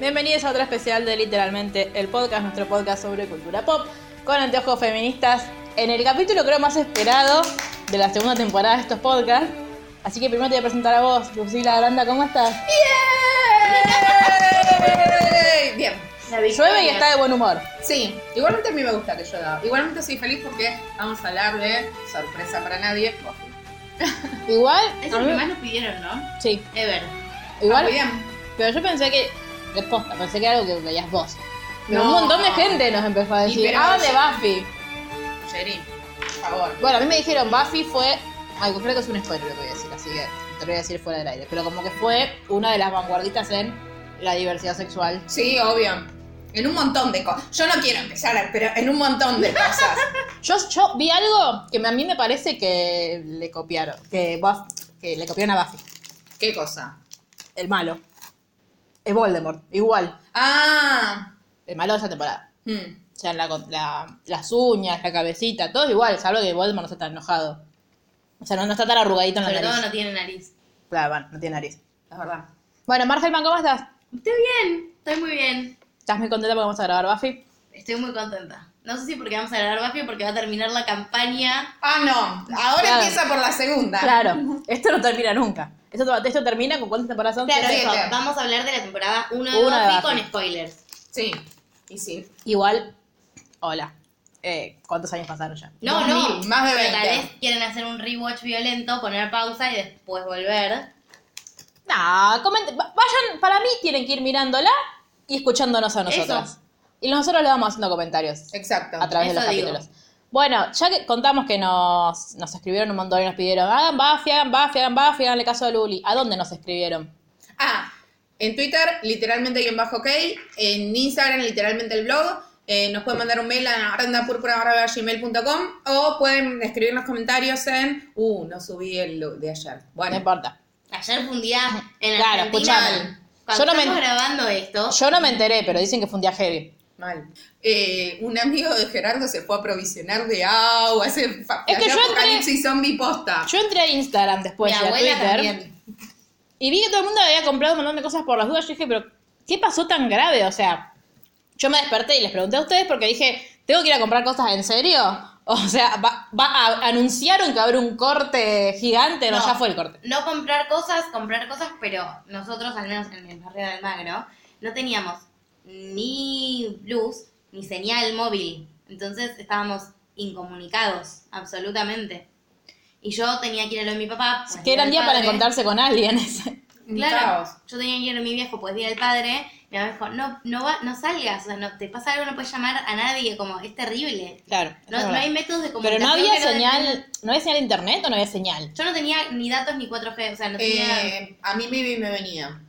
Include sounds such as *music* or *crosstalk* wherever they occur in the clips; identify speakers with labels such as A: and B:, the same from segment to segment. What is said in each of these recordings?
A: Bienvenidos a otro especial de Literalmente el podcast, nuestro podcast sobre cultura pop con anteojos feministas en el capítulo creo más esperado de la segunda temporada de estos podcasts. Así que primero te voy a presentar a vos, Lucila Aranda, ¿cómo estás?
B: ¡Yay! Bien.
A: Llueve y está de buen humor.
B: Sí, igualmente a mí me gusta que llueva. Igualmente soy feliz porque vamos a hablar de sorpresa para nadie. Buffy.
A: Igual,
C: Es
A: a
C: el
A: mí-
C: que más nos pidieron, ¿no?
A: sí,
C: Ever.
A: igual,
B: Ah, bien.
A: pero yo pensé que, de posta, pensé que era algo que veías vos. Pero
B: No.
A: un montón de gente nos empezó a decir,
B: pero-
A: ¿a dónde Buffy?
B: Jerry, por favor.
A: Bueno, a mí me dijeron Buffy fue. Algo creo que es un spoiler lo que voy a decir, así que te lo voy a decir fuera del aire. Pero como que fue una de las vanguardistas en la diversidad sexual.
B: Sí, obvio. En un montón de cosas. Yo no quiero empezar, a- pero en un montón de
A: *laughs*
B: cosas.
A: Yo, yo vi algo que a mí me parece que le copiaron. Que, Buff- que le copiaron a Buffy.
B: ¿Qué cosa?
A: El malo. Es Voldemort. Igual.
B: Ah.
A: El malo de esa temporada.
B: hmm.
A: O sea, la, la- las uñas, la cabecita, todo es igual. Salvo que Voldemort no está tan enojado. O sea, no, no está tan arrugadito en la
C: Sobre todo
A: nariz.
C: no tiene nariz.
A: Claro, bueno, no tiene nariz.
B: Es verdad.
A: Bueno, Marcelman, ¿cómo estás?
C: Estoy bien, estoy muy bien.
A: ¿Estás muy contenta porque vamos a grabar Buffy?
C: Estoy muy contenta. No sé si porque vamos a grabar Buffy o porque va a terminar la campaña.
B: Ah, no. Ahora
A: Claro.
B: empieza por la segunda.
A: Claro, esto no termina nunca. Esto, esto termina con cuántas temporadas son.
C: Claro,
B: sí,
C: eso,
B: claro.
C: vamos a hablar de la temporada 1 de
A: Uno de
C: Buffy
A: Buffy.
C: con spoilers.
B: Sí. Y sí.
A: Igual, hola. Eh, ¿Cuántos años pasaron ya?
C: No, no.
B: Mil, más de
C: pero Tal
B: 20.
C: vez quieren hacer un rewatch violento, poner pausa y después volver.
A: No, comente- va- vayan, para mí tienen que ir mirándola y escuchándonos a nosotros.
C: Eso.
A: Y nosotros le vamos haciendo comentarios
B: Exacto.
A: a través de
C: eso
A: los
C: digo.
A: capítulos. Bueno, ya que contamos que nos, nos escribieron un montón y nos pidieron, hagan Buffy, hagan Buffy, hagan Buffy, haganle caso a Luli. ¿A dónde nos escribieron?
B: Ah, en Twitter, literalmente guión bajo ok. En Instagram, literalmente el blog. Eh, nos pueden mandar un mail a randapurpura.gmail.com o pueden escribirnos comentarios en. Uh, no subí el lo- de ayer.
A: No
B: Bueno,
A: importa.
C: Ayer fue un día en
A: Claro,
C: Argentina.
A: escuchame.
C: Cuando
A: Yo no me-
C: estamos grabando esto,
A: Yo no me enteré, pero dicen que fue un día heavy.
B: mal. Eh, un amigo de Gerardo se fue a provisionar de agua. Se
A: Es que yo entré-
B: apocalipsis zombie posta.
A: Yo entré a Instagram después
C: Mi
A: y a pues
C: abuela
A: Twitter.
C: también.
A: Y vi que todo el mundo había comprado un montón de cosas por las dudas. Yo dije, pero ¿qué pasó tan grave? O sea, yo me desperté y les pregunté a ustedes porque dije, ¿tengo que ir a comprar cosas en serio? *laughs* O sea, va, va a- anunciaron que va a haber un corte gigante. No,
C: No.
A: ya fue el corte.
C: no comprar cosas, comprar cosas, pero nosotros, al menos en el barrio de Almagro, no teníamos ni luz ni señal móvil. Entonces estábamos incomunicados, absolutamente. Y yo tenía que ir a lo de mi papá. pues,
A: Que eran
C: al
A: días para
C: padre.
A: encontrarse con alguien. *laughs* ese.
B: Un
C: Claro,
B: caos.
C: yo tenía que ir a mi viejo, pues día del padre. Mi mamá dijo, no, no, va, no salgas, o sea, no, te pasa algo, no puedes llamar a nadie, como es terrible.
A: Claro.
C: No,
A: es
C: no
A: verdad.
C: hay métodos de
A: pero
C: comunicación.
A: no había
C: que no
A: señal,
C: dependen-
A: ¿no había señal de internet o no había señal?
C: Yo no tenía ni datos ni 4G, o sea, no tenía...
B: Eh, a mí me iba y me venía.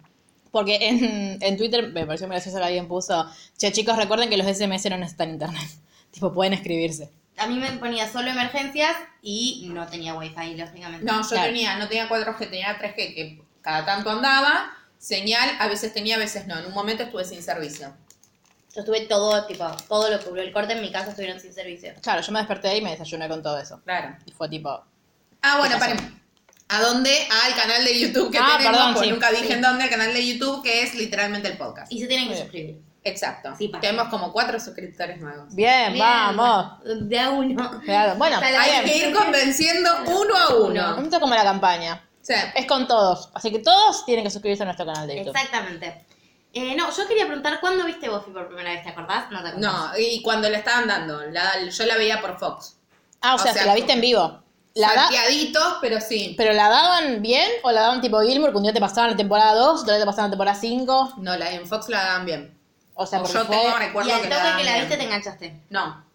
A: Porque en, en Twitter me pareció muy gracioso que alguien puso, che chicos, recuerden que los SMS no necesitan internet. *laughs* tipo, pueden escribirse.
C: A mí me ponía solo emergencias y no tenía wifi, lógicamente.
B: No, yo
A: Claro.
B: tenía, no tenía 4G, tenía 3G que cada tanto andaba. Señal, a veces tenía, a veces no. En un momento estuve sin servicio.
C: Yo estuve todo, tipo, todo lo que duró el corte en mi casa estuvieron sin servicio.
A: Claro, yo me desperté y me desayuné con todo eso.
B: Claro.
A: Y fue tipo,
B: Ah, bueno,
A: ¿Qué pasó?
B: paren. ¿A dónde? Al canal de YouTube que
A: Ah,
B: tenemos,
A: perdón,
B: porque
A: sí.
B: nunca dije
A: Sí.
B: en dónde, el canal de YouTube que es literalmente el podcast.
C: Y se tienen que
A: Bien.
C: suscribir.
B: Exacto.
C: Sí, pasa.
B: tenemos como cuatro suscriptores nuevos.
A: Bien,
C: Bien,
A: vamos.
C: De a uno.
A: Claro, bueno,
C: Está
A: bien.
B: Hay que ir convenciendo uno a uno.
A: Esto es como la campaña.
B: O sea,
A: Es con todos. Así que todos tienen que suscribirse a nuestro canal de YouTube.
C: Exactamente. Eh, no, yo quería preguntar, ¿cuándo viste Buffy por primera vez? ¿Te acordás? No te acordás.
B: no, y cuando la estaban dando, la- yo la veía por Fox.
A: Ah, o,
B: O
A: sea,
B: sea,
A: que la viste en vivo. La da-
B: Salteaditos, pero sí.
A: ¿Pero la daban bien o la daban tipo Gilmore? Que un día te pasaban la temporada 2, otro día te pasaban la temporada 5.
B: No, la en Fox la daban bien.
A: O sea,
B: O
A: porque
B: yo
A: fue-
B: tengo recuerdo
C: Y al
B: que
C: toque
B: la-
C: que la viste te enganchaste.
B: No.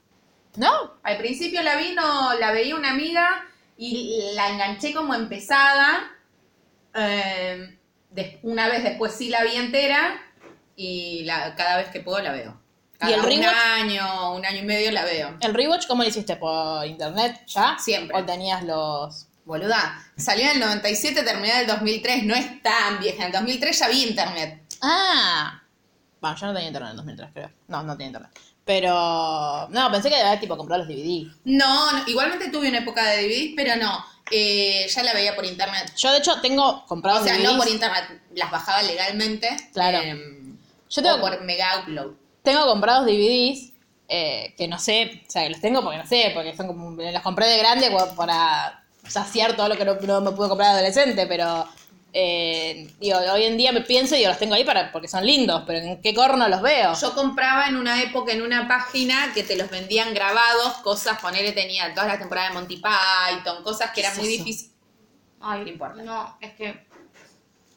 A: ¿No?
B: Al principio la vi, no, la veía una amiga y la enganché como empezada. Eh, des- una vez después sí la vi entera y la, cada vez que puedo la veo. Cada
A: ¿Y el
B: un
A: rewatch?
B: año, un año y medio la veo.
A: ¿El rewatch cómo lo hiciste? ¿Por internet ya?
B: Siempre.
A: ¿O tenías los...?
B: Boluda, salió en el 97, terminé en el 2003, no es tan vieja. En el 2003 ya vi internet.
A: Ah. Bueno, yo no tenía internet en 2003, creo. No, no tenía internet. Pero... No, pensé que debía, tipo, comprar los DVD.
B: No, no, igualmente tuve una época de DVDs, pero no. eh, ya la veía por internet.
A: Yo, de hecho, tengo comprados
B: O sea,
A: DVDs.
B: no por internet, las bajaba legalmente.
A: Claro.
B: em,
A: Yo tengo-
B: o por mega upload.
A: Tengo comprados DVDs eh, que no sé, o sea, que los tengo porque no sé, porque son como, los compré de grande gu- para saciar todo lo que no, no me pude comprar de adolescente, pero eh, digo, hoy en día me pienso y digo, los tengo ahí para porque son lindos, pero ¿en qué corno los veo?
B: Yo compraba en una época en una página que te los vendían grabados, cosas, ponele tenía todas las temporadas de Monty Python, cosas que era
A: es
B: muy
A: eso?
B: difícil.
C: Ay,
B: No importa.
C: No, es que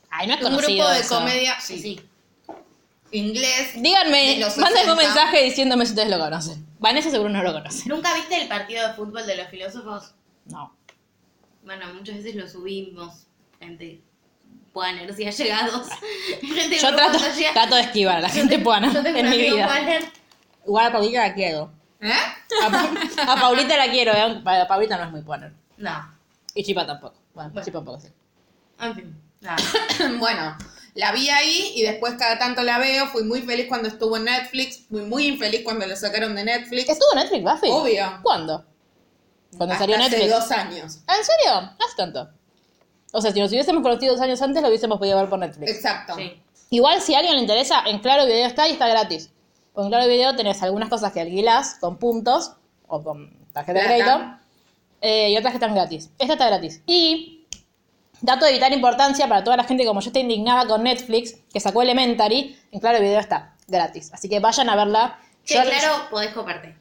A: Ay, no es
B: Un
A: conocido
B: grupo de
A: eso.
B: comedia
C: sí.
B: sí, inglés. de
A: Díganme,
B: los
A: mándenme un
B: 60.
A: mensaje diciéndome si ustedes lo conocen. Vanessa seguro no lo conoce.
C: ¿Nunca viste el partido de fútbol de los filósofos?
A: No.
C: Bueno, muchas veces lo subimos. Gente, bueno, si ha llegado. *laughs* Gente,
A: Yo
C: grupo
A: trato,
C: no llega.
A: trato de esquivar a la gente puana
C: Yo tengo
A: en
C: un
A: mi
C: amigo
A: vida.
C: Juaner,
A: Igual a Paulita la quiero. *laughs*
B: ¿Eh?
A: A, Pa- a Paulita la quiero, eh, pa- Paulita no es muy puana.
C: No,
A: Y Chipa tampoco. Bueno,
C: Bueno.
A: Chipa tampoco, sí.
C: en fin. nada.
B: Bueno, la vi ahí y después cada tanto la veo. Fui muy feliz cuando estuvo en Netflix, fui muy infeliz cuando lo sacaron de Netflix.
A: ¿Estuvo en Netflix, Buffy?
B: Obvio.
A: ¿Cuándo? Cuando
B: Hasta
A: salió Netflix.
B: Hace dos años.
A: ¿En serio? No hace tanto. O sea, si nos hubiésemos conocido dos años antes, lo hubiésemos podido ver por Netflix.
B: Exacto.
C: Sí.
A: Igual, si a alguien le interesa, en Claro Video está y está gratis. Con Claro Video tenés algunas cosas que alquilás con puntos o con tarjeta de
B: Plata.
A: crédito eh, y otras que están gratis. Esta está gratis. Y, dato de vital importancia para toda la gente como yo está indignada con Netflix, que sacó Elementary, en Claro Video está gratis. Así que vayan a verla.
C: Che,
A: Yo-
C: claro, podés coparte.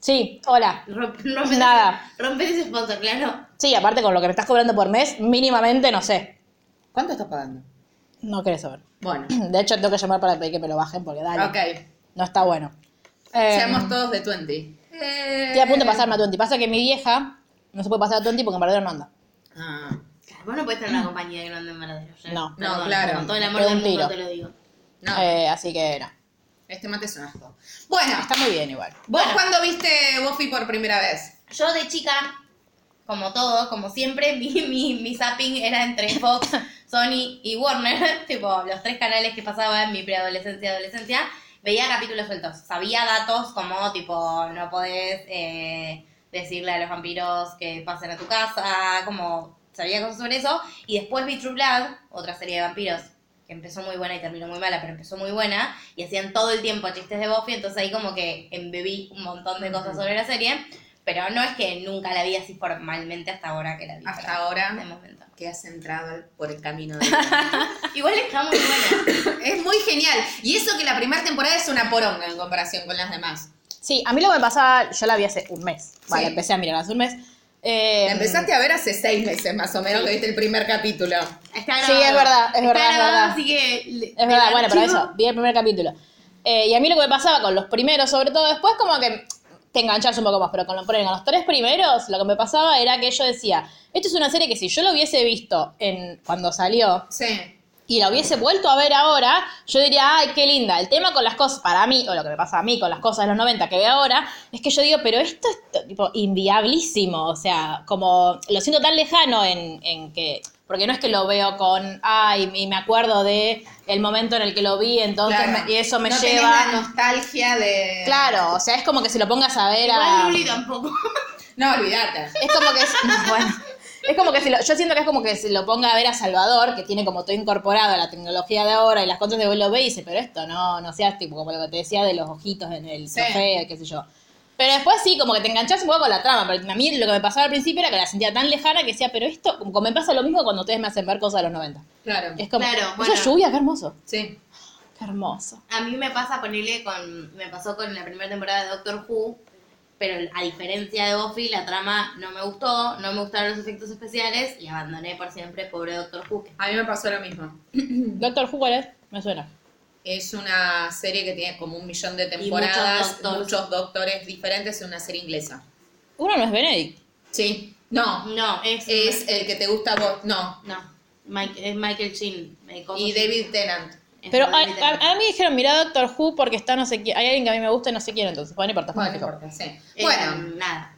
A: Sí, hola.
C: Romp- *laughs* rompete-
A: Nada.
C: rompete ese sponsor, claro.
A: Sí, aparte con lo que me estás cobrando por mes, mínimamente no sé.
B: ¿Cuánto estás pagando?
A: No querés saber. *clears throat*
B: Bueno,
A: De hecho, tengo que llamar para pedir que me lo bajen porque dale.
B: ok.
A: No está bueno. Eh,
B: Seamos todos de 20.
A: estoy a punto de pasarme a Twenty. Pasa que mi vieja no se puede pasar a Twenty porque en verdad no anda.
B: Ah.
C: Claro, Vos no podés tener una compañía de grande en verdadero. ¿eh?
A: No. No,
C: Perdón,
B: claro.
C: Con todo el amor
A: Pega
C: del
A: un
C: mundo
A: tiro.
C: te lo digo.
B: No,
A: Eh, así que no.
B: este mate es un asco. Bueno,
A: Está muy bien igual.
B: ¿vos
C: Bueno.
B: cuándo viste Buffy por primera vez?
C: Yo de chica, como todo, como siempre, *laughs* mi, mi, mi zapping era entre Fox, Sony y Warner, *laughs* tipo los tres canales que pasaba en mi preadolescencia adolescencia, veía capítulos sueltos, sabía datos como tipo no podés eh, decirle a los vampiros que pasen a tu casa, como sabía cosas sobre eso, y después vi True Blood, otra serie de vampiros que empezó muy buena y terminó muy mala, pero empezó muy buena, y hacían todo el tiempo chistes de Buffy, entonces ahí como que embebí un montón de cosas sobre la serie, pero no es que nunca la vi así formalmente hasta ahora que la vi.
B: Hasta
C: pero
B: ahora.
C: de momento.
B: Em, Que has entrado al- por el camino de la-
C: Igual está muy buena.
B: *laughs* Es muy genial. Y eso que la primera temporada es una poronga en comparación con las demás.
A: Sí, a mí lo que me pasaba, yo la vi hace un mes. Vale,
B: Sí.
A: empecé a mirar hace un mes. Eh,
B: La empezaste a ver hace seis meses más o menos que viste el primer capítulo.
C: Está
A: Sí,
C: grabado.
A: es verdad, es
C: Está
A: verdad, es
C: grabado,
A: verdad.
C: Así que le-
A: Es verdad,
C: del
A: bueno, pero
C: archivo-
A: eso, vi el primer capítulo. Eh, y a mí lo que me pasaba con los primeros, sobre todo después, como que te enganchas un poco más, pero con, los- ponen, con los tres primeros, lo que me pasaba era que yo decía, esto es una serie que si yo lo hubiese visto en cuando salió
B: Sí.
A: y la hubiese vuelto a ver ahora, yo diría, ay, qué linda. El tema con las cosas, para mí, o lo que me pasa a mí con las cosas de los 90 que veo ahora, es que yo digo, pero esto es t- tipo inviablísimo, o sea, como lo siento tan lejano en, en que... Porque no es que lo veo con, ay, y me acuerdo de el momento en el que lo vi, entonces,
B: Claro.
A: me- y eso me
B: No tenés
A: lleva...
B: la nostalgia de.
A: Claro, o sea, es como que si lo pongas a ver a...
C: Igual Luli tampoco.
B: No, olvídate.
A: Es *laughs* como que. bueno. Es como que si lo- yo siento que es como que se lo ponga a ver a Salvador, que tiene como todo incorporado a la tecnología de ahora y las cosas de vos lo ve y dice, pero esto no, no seas tipo como lo que te decía de los ojitos en el
B: Sí.
A: café, qué sé yo. Pero después sí, como que te enganchás un poco con la trama, pero a mí lo que me pasaba al principio era que la sentía tan lejana que decía, pero esto, como que me pasa lo mismo cuando ustedes me hacen ver cosas de los 90.
B: Claro.
A: Es como,
C: Claro,
A: eso
C: bueno.
A: es lluvia, qué hermoso,
B: Sí.
A: qué hermoso.
C: A mí me pasa ponerle con. Me pasó con la primera temporada de Doctor Who, pero a diferencia de Buffy, la trama no me gustó, no me gustaron los efectos especiales y abandoné por siempre pobre Doctor Who. que-
B: A mí me pasó lo mismo.
A: Doctor Who, ¿cuál es? Me suena.
B: Es una serie que tiene como un millón de
C: muchos
B: temporadas, muchos,
C: doctores.
B: doctores diferentes, es una serie inglesa.
A: Uno no es Benedict.
B: Sí, no,
C: No, es. eh,
B: es el que te gusta a vos, no.
C: No. Mike- es Michael Chin. eh, cosas
B: Y
C: así.
B: David Tennant.
C: Es
A: Pero a,
C: David Tennant.
A: a- a mí dijeron, mirá Doctor Who porque está no sé quién. Hay alguien que a mí me gusta y no sé quién, entonces. Bueno, no importa,
B: Bueno,
A: fantástico.
B: no importa, sí.
C: Eh,
A: um,
B: Bueno,
C: nada.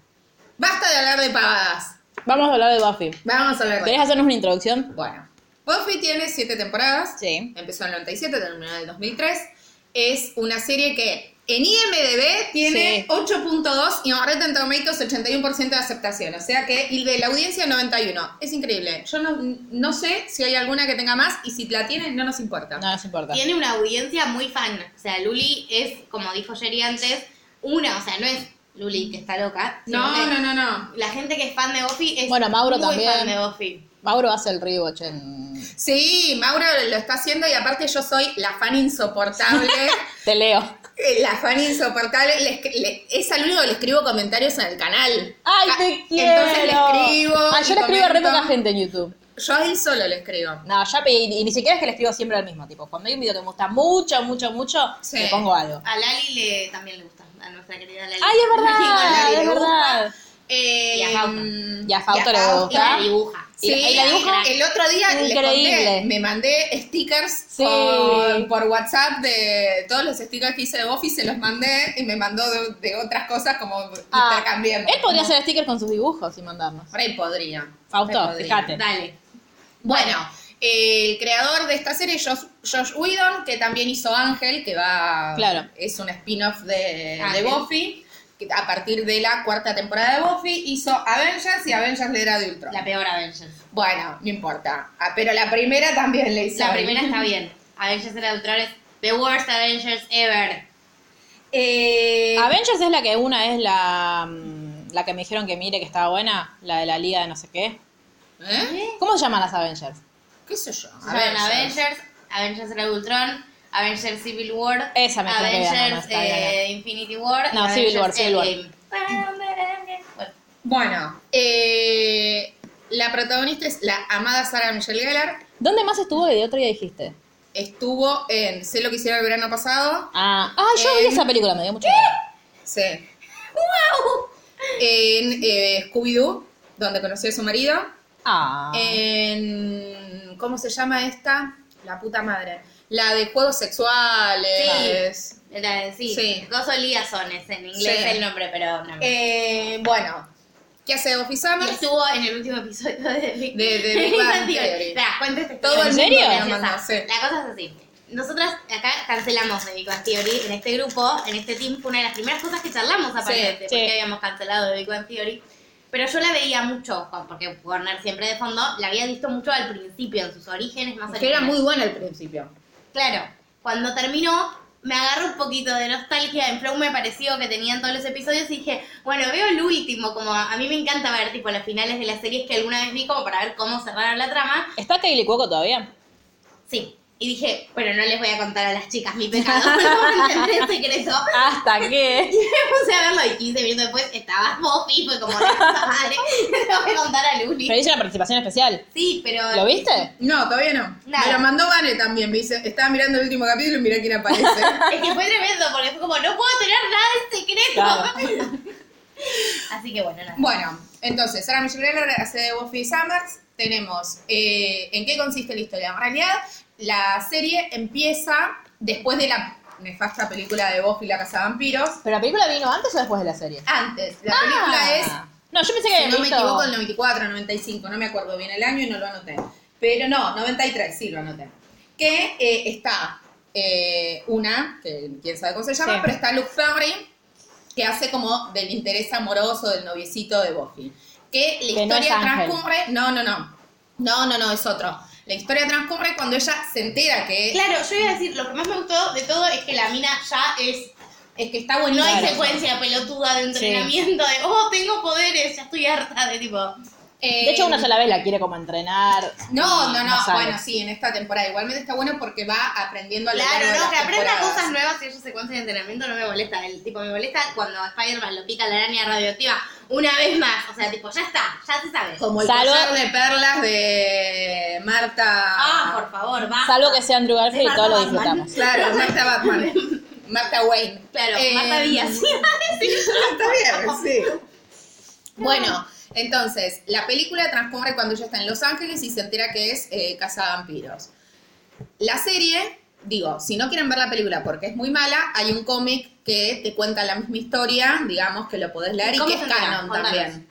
B: basta de hablar de pavadas.
A: Vamos a hablar de Buffy.
B: Vamos a hablar de...
A: ¿Querés hacernos una introducción?
B: Bueno, Buffy tiene siete temporadas.
A: Sí.
B: Empezó en el 97, terminó en el 2003. Es una serie que en IMDB tiene
A: Sí.
B: 8.2 y en Rotten Tomatoes 81% de aceptación. O sea que, y de la audiencia 91. Es increíble. Yo no, no sé si hay alguna que tenga más y si la tienen no nos importa.
A: No, nos importa.
C: Tiene una audiencia muy fan. O sea, Luli es, como dijo Jerry antes, una. O sea, no es Luli que está loca. sino
B: No,
C: que
B: no, no, no.
C: La gente que es fan de Buffy es
A: Bueno, Mauro
C: muy
A: también.
C: fan de Buffy.
A: Mauro hace el rewatch en...
B: Sí, Mauro lo está haciendo y aparte yo soy la
A: *laughs*
B: fan insoportable.
A: Te leo.
B: eh, la fan insoportable. Le escri- le- es al único que le escribo comentarios en el canal.
A: ¡Ay,
B: Ah,
A: te quiero!
B: Entonces le escribo.
A: Ah, yo
B: y
A: le escribo a re
B: comento.
A: poca gente en YouTube.
B: Yo a él solo le escribo.
A: No, ya pedí, y ni siquiera es que le escribo siempre al mismo, tipo, cuando hay un video que me gusta mucho, mucho, mucho,
B: Sí.
A: le pongo algo.
C: A Lali le, también le gusta. A nuestra querida Lali.
A: ¡Ay, es
B: *laughs*
C: *laughs*
B: a
A: verdad!
B: nadie
A: ¡Es
B: le gusta.
A: verdad!
B: Eh,
C: Y a Fausto.
A: Y a Fausto le
C: Y la
A: gusta.
C: dibuja.
B: Sí,
A: Y- y la dibuja
B: el otro día les
A: increíble.
B: conté, me mandé stickers
A: Sí.
B: por, por WhatsApp de todos los stickers que hice de Buffy, se los mandé y me mandó de, de otras cosas como
A: Ah,
B: intercambiando.
A: Él podría hacer stickers con sus dibujos y mandarnos.
B: Por ahí podría.
A: Fausto,
B: Por ahí podría.
A: fíjate.
C: Dale.
B: Bueno, el creador de esta serie, Josh, Josh Whedon, que también hizo Ángel, que va.
A: Claro.
B: Es un spin-off de, de
C: Ángel.
B: Buffy. que A partir de la cuarta temporada de Buffy hizo Avengers y Avengers le era de Ultron.
C: La peor Avengers.
B: Bueno, no importa. Ah, pero la primera también le hizo.
C: La primera está bien. Avengers era de Ultron es The Worst Avengers Ever.
B: Eh,
A: Avengers es la que una es la, mm, la que me dijeron que mire que estaba buena, la de la liga de no sé qué.
B: ¿Eh?
A: ¿Cómo se llaman las Avengers?
B: ¿Qué sé yo?
C: Son Avengers, Avengers era de Ultron, Avengers Civil War,
A: Esa me suena que era, no, no,
C: Avengers
A: está bien,
C: eh, Infinity War,
A: No,
C: Avengers
A: Civil War, Civil War.
C: Endgame. Bueno,
B: Bueno, eh, la protagonista es la amada Sarah Michelle Gellar.
A: ¿Dónde más estuvo que de otro día dijiste?
B: Estuvo en Sé lo que hicieron el verano pasado.
A: Ah, ah yo vi
B: Eh,
A: esa película, me dio mucho miedo.
B: Sí. En eh, Scooby-Doo, donde conoció a su marido.
A: Ah,
B: eh, En. ¿Cómo se llama esta? La puta madre. La de juegos sexuales.
C: Era de- sí,
B: Sí.
C: dos oliazones en inglés
B: Sí.
C: el nombre, pero no.
B: Eh, bueno, ¿qué hace Buffy
C: Y
B: Summers?
C: estuvo en el último episodio de Big,
B: De- de *laughs* Big
C: *laughs*
B: Bang Theory.
C: Da, cuento esta
B: Todo
C: historia.
B: el
A: ¿En serio?
C: Gracias
B: Me lo mandó,
C: a-
B: sí.
C: La cosa es así. Nosotras acá cancelamos de Big Bang Theory en este grupo, en este team, fue una de las primeras cosas que charlamos aparte,
A: sí.
C: porque habíamos cancelado de Big Bang Theory. Pero yo la veía mucho, porque Warner siempre de fondo, la había visto mucho al principio, en sus orígenes más
B: Que era
C: originales.
B: muy buena al principio.
C: Claro, cuando terminó, me agarró un poquito de nostalgia. En Flow me pareció que tenían todos los episodios y dije, bueno, veo el último. Como a, a mí me encanta ver, tipo, las finales de las series que alguna vez vi, como para ver cómo cerraron la trama.
A: ¿está Kaylee Cuoco todavía?
C: Sí. Y dije, bueno, no les voy a contar a las chicas mi pecado, *laughs* no van a entender el secreto.
A: ¿Hasta qué?
C: Y me puse a verlo y 15 minutos después estaba Buffy, fue como, la puta madre, *laughs* no voy a contar a
A: *laughs* Pero
C: Luli.
A: hice una participación especial.
C: Sí, pero...
A: ¿Lo viste?
B: No, todavía no.
C: Nada.
B: Me lo mandó Vane también. Me dice, estaba mirando el último capítulo y mirá quién aparece. *laughs*
C: Es que fue tremendo, porque fue como, no puedo tener nada de secreto.
A: Claro.
C: *laughs* Así que bueno, nada.
B: bueno, entonces, Sarah Michelle Gellar hace de Buffy Summers. Tenemos, eh, ¿en qué consiste la historia? En realidad, la serie empieza después de la nefasta película de Buffy la Casa de Vampiros.
A: ¿Pero la película vino antes o después de la serie?
B: Antes, la película
A: Ah.
B: es
A: No, yo pensé que
B: Si
A: había
B: no me
A: visto-
B: equivoco, el 94, 95, no me acuerdo bien el año y no lo anoté. Pero no, 93, sí lo anoté. Que eh, está eh, una, que quién sabe cómo se llama,
A: Sí.
B: pero está Luke Ferry, que hace como del interés amoroso del noviecito de Buffy. Que la
A: Que no es
B: historia
A: Ángel.
B: transcurre. No, no, no. No, no, no, es otro. La historia transcurre cuando ella se entera que,
C: Claro, yo iba a decir, lo que más me gustó de todo es que la mina ya es.
B: es que está
C: No
B: buenísimo.
C: hay secuencia pelotuda de entrenamiento de, oh, tengo poderes, ya estoy harta de tipo.
B: Eh,
A: De hecho, una sola vez la quiere como entrenar.
B: No, no, no.
A: sabe.
B: bueno, sí, en esta temporada. Igualmente está bueno porque va aprendiendo a lo
C: Claro,
B: largo de
C: no,
B: las
C: que aprenda
B: temporadas.
C: cosas nuevas y ellos secuencias de entrenamiento no me molesta. El tipo me molesta cuando a Spider-Man lo pica la araña radioactiva una vez más. O sea, tipo, ya está, ya se sabe.
B: Como el
A: Salvo-
B: collar de perlas de Marta.
C: Ah, por favor, va.
A: Salvo que sea Andrew Garfield y todos lo
C: Batman.
A: disfrutamos.
B: Claro, Marta Batman. Marta Wayne.
C: Claro,
B: Eh,
C: Marta Díaz. *laughs*
B: Está bien, sí. Bueno, entonces, la película transcurre cuando ella está en Los Ángeles y se entera que es eh, Casa Vampiros. La serie, digo, si no quieren ver la película porque es muy mala, hay un cómic que te cuenta la misma historia, digamos que lo podés leer y
C: ¿Cómo
B: que es
C: se entera?
B: canon
C: Contanos.
B: también.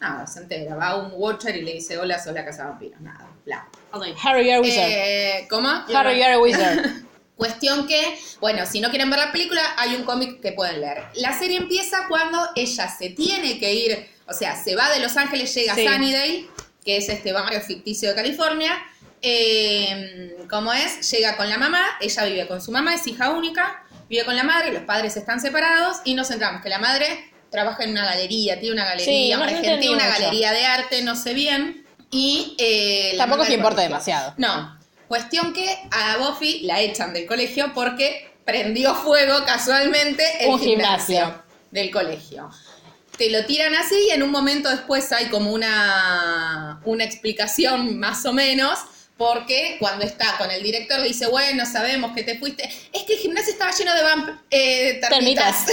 B: Nada, se entera. Va un Watcher y le dice, hola, soy la Casa Vampiros. Nada, bla.
C: Ok.
A: Harry, you're a wizard.
B: Eh, ¿Cómo?
A: Harry, you're a
B: *laughs*
A: wizard.
B: Cuestión que, bueno, si no quieren ver la película, hay un cómic que pueden leer. La serie empieza cuando ella se tiene que ir, o sea, se va de Los Ángeles, llega
A: Sí.
B: a Sunnydale, que es este barrio ficticio de California. Eh, como es, llega con la mamá, ella vive con su mamá, es hija única, vive con la madre, los padres están separados y nos centramos que la madre trabaja en una galería, tiene una galería,
A: Sí, no, no
B: argentina,
A: entendí
B: una
A: mucho.
B: galería de arte, no sé bien. Y eh, la
A: Tampoco
B: manda
A: es
B: al
A: que importa
B: colegio.
A: demasiado.
B: No. Cuestión que a Buffy la echan del colegio porque prendió fuego casualmente el
A: Un
B: gimnasio.
A: gimnasio.
B: del colegio. Te lo tiran así y en un momento después hay como una, una explicación más o menos. Porque cuando está con el director le dice, bueno, sabemos que te fuiste. Es que el gimnasio estaba lleno de vamp eh, termitas.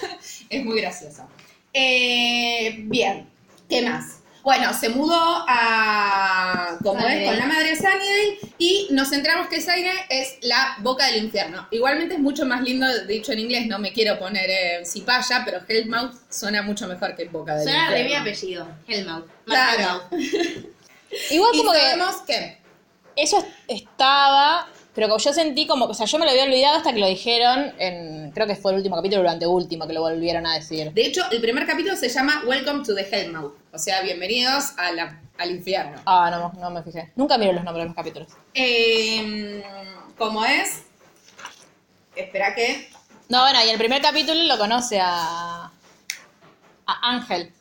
B: *laughs* es muy gracioso. Eh, bien, ¿qué más? Bueno, se mudó a, como
C: Sunnydale.
B: es, con la madre Sunnydale y nos centramos que Zaire es la boca del infierno. Igualmente es mucho más lindo dicho en inglés, no me quiero poner eh, cipaya, pero Hellmouth suena mucho mejor que boca del
C: Suena re mi
B: infierno.
C: apellido, Helmut.
B: Claro.
A: Igual
B: Y
A: como que
B: sabemos que
A: eso es- estaba, pero como yo sentí como, o sea, yo me lo había olvidado hasta que lo dijeron en, creo que fue el último capítulo, durante último, que lo volvieron a decir.
B: de hecho, el primer capítulo se llama Welcome to the Hellmouth, o sea, bienvenidos a la- al infierno.
A: Ah, no, no me fijé. Nunca miro los nombres de los capítulos.
B: Eh, ¿Cómo es? Espera que...
A: No, bueno, y en el primer capítulo lo conoce a. a Ángel.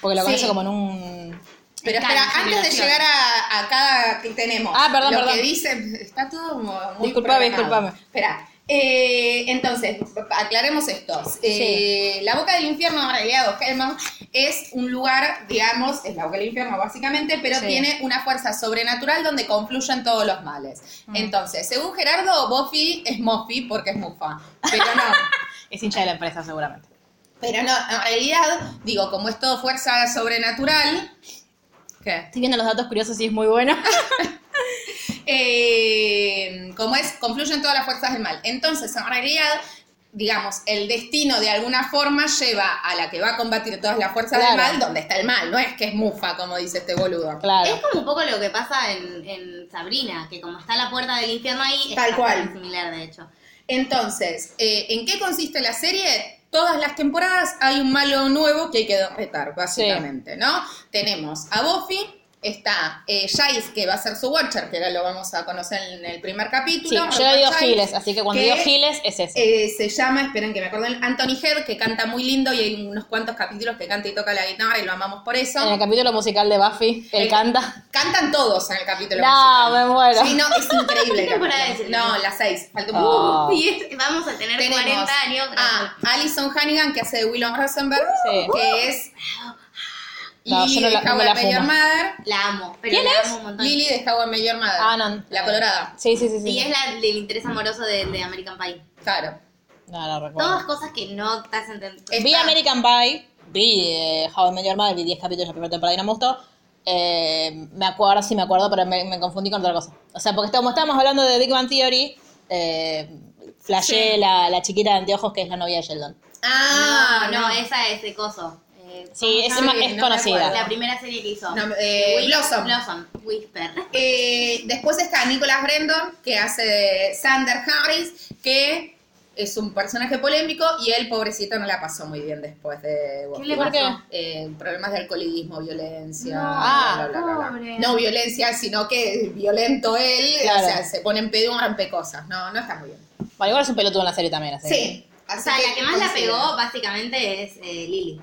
A: Porque lo
B: Sí.
A: conoce como en un.
B: Pero
C: Está en
B: espera, antes de
C: generación.
B: llegar a, a cada que tenemos.
A: Ah, perdón,
B: lo
A: perdón.
B: que dice, está todo como muy
A: Disculpame,
B: programado.
A: disculpame.
B: Espera. eh, entonces, aclaremos esto. Eh, La Boca del Infierno, en realidad, o Hellmouth, es un lugar, digamos, es la Boca del Infierno básicamente, pero
A: Sí.
B: tiene una fuerza sobrenatural donde confluyen todos los males.
A: Mm.
B: Entonces, según Gerardo, Buffy es Muffy porque es Mufa, pero
A: *laughs*
B: no.
A: Es hincha de la empresa, seguramente.
B: Pero no, en realidad, digo, como es todo fuerza sobrenatural, ¿qué?
A: Estoy viendo los datos curiosos y es muy bueno.
B: Eh, como es, confluyen todas las fuerzas del mal. Entonces, en realidad, digamos, el destino de alguna forma lleva a la que va a combatir todas las fuerzas del
A: Claro.
B: mal, donde está el mal, no es que es mufa, como dice este boludo.
C: Es
A: *laughs* Claro.
C: como un poco lo que pasa en, en Sabrina, que como está la puerta del infierno ahí, es
B: Tal cual.
C: similar de hecho.
B: Entonces, eh, ¿en qué consiste la serie? Todas las temporadas hay un malo nuevo que hay que retar, básicamente, ¿no? Tenemos a Buffy, está eh, Giles, que va a ser su Watcher, que ahora lo vamos a conocer en el primer capítulo.
A: Sí, yo
B: Robert
A: le digo
B: Giles,
A: Giles, así que cuando
B: que,
A: digo Giles es ese.
B: eh, se llama, esperen que me acuerden, Anthony Head, que canta muy lindo y hay unos cuantos capítulos que canta y toca la guitarra y lo amamos por eso.
A: En el capítulo musical de Buffy, él
B: Eh,
A: *laughs* canta.
B: Cantan todos en el capítulo.
A: No,
B: musical.
A: me muero.
B: Sí,
A: *laughs*
B: no, es increíble. el
C: ¿Qué temporada
B: capítulo.
C: es?
B: no, las seis. Falta un
A: Oh.
C: Y es- vamos a tener
B: tenemos Ah.
C: 40 años.
B: a Alison Hannigan, que hace de Willow Rosenberg,
A: Sí.
B: que es
A: No,
B: Lily
A: yo no la-
B: de
A: no
B: How
A: me
B: I
A: la
B: Met Your
A: fumo.
B: Mother.
C: La amo, pero
A: ¿Quién
C: la
A: es?
C: amo un montón.
B: Lily de How I Met Your Mother.
A: Ah, no.
B: La colorada.
A: Sí, sí, sí. sí.
C: Y es la del interés amoroso de, de American Pie.
B: Claro.
A: No, no
C: Todas
A: recuerdo.
C: cosas que no te hacen entender.
B: Es-
A: Vi
B: Está.
A: American Pie, vi eh, How I Met Your Mother, vi 10 capítulos de la primera temporada y no me gustó. Eh, me acuerdo, ahora sí me acuerdo, pero me, me confundí con otra cosa. O sea, porque como estábamos hablando de Big Bang Theory, eh, flashé
B: Sí.
A: la, la chiquita de anteojos que es la novia de Sheldon.
B: Ah,
C: no, no, esa es de coso. Eh,
A: Sí, es, ma- es
B: no me
A: conocida.
B: acuerdo.
C: La primera serie que hizo.
B: No, eh,
C: Whi-
B: Blossom.
C: Blossom. Whisper.
B: Eh, después está Nicholas Brendon, que hace de Sander Harris, que es un personaje polémico y él, pobrecito, no la pasó muy bien después de Buffy.
C: ¿Qué le
A: ¿Por qué?
C: pasó?
B: Eh, problemas de alcoholismo, violencia,
C: No,
B: bla, bla, bla, bla, bla.
C: pobre.
B: no violencia, sino que es violento él,
A: Claro.
B: o sea, se pone en pedo y rompe cosas, no, no está muy bien.
A: Bueno, igual es un pelotudo en la serie también, así.
B: Sí,
C: O
B: así
C: sea, la que más la
B: coincido.
C: pegó básicamente es eh, Lily.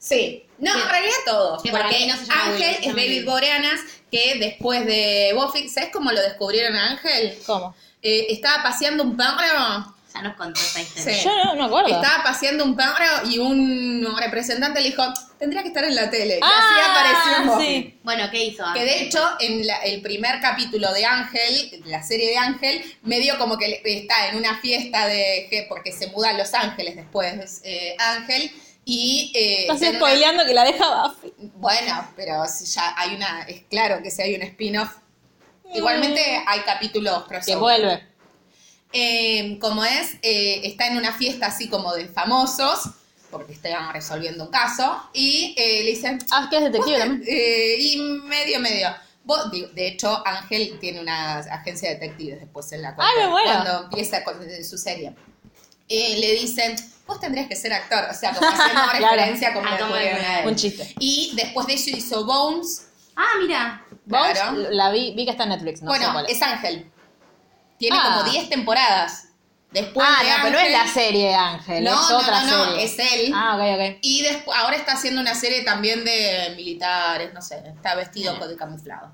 B: Sí. No,
C: Que-
B: en realidad todos.
C: que para mí
B: Porque
C: no se llama Will,
B: Ángel
C: se
B: es
C: llama
B: David
C: Will.
B: Boreanas, que después de Buffy, ¿sabes cómo lo descubrieron a Ángel?
A: ¿Cómo?
B: Eh, estaba paseando un
A: Ah.
B: perro.
C: Ya nos contó esa historia.
B: Sí.
A: Yo no, no me acuerdo.
B: Estaba paseando un perro y un representante le dijo, tendría que estar en la tele. Y
A: Ah,
B: así apareció en Buffy.
A: sí.
C: Bueno, ¿qué hizo?
B: Que de hecho, en la- el primer capítulo de Ángel, de la serie de Ángel, medio como que le- está en una fiesta de. que- porque se muda a Los Ángeles después, eh, Ángel, y. eh,
A: Estás
B: está en una-
A: spoileando que la deja Buffy.
B: bueno, pero si ya hay una. Es claro que si hay un spin-off. Igualmente hay capítulos
A: Mm. Que
B: crossover.
A: vuelve.
B: Eh, como es, eh, está en una fiesta así como de famosos, porque estaban resolviendo un caso, y eh, le dicen,
A: Ah, que es detective
B: Vos
A: también.
B: te- eh, y medio, medio. Vos- digo, de hecho, Ángel tiene una agencia de detectives después en la cual
A: Ah, me muero.
B: cuando empieza con eh, su serie. Eh, le dicen, vos tendrías que ser actor, o sea, como
A: *laughs*
B: haciendo
A: Claro.
B: referencia como
C: Ah,
B: la
C: como
B: Juliana
C: Juliana
B: Edelman.
A: Un chiste.
B: Y después de eso hizo Bones.
C: Ah, mira.
A: Bones,
B: Claro.
A: la vi, vi que está en Netflix, no sé
B: bueno,
A: cuál es.
B: es Ángel. Tiene
A: Ah.
B: como 10 temporadas. Después
A: Ah,
B: de
A: no, pero no es
B: Ángel-
A: la serie Ángel,
B: No,
A: es
B: no,
A: otra
B: no, no,
A: serie.
B: es él.
A: Ah, ok, ok.
B: Y despu- ahora está haciendo una serie también de militares, no sé, está vestido con de camuflado.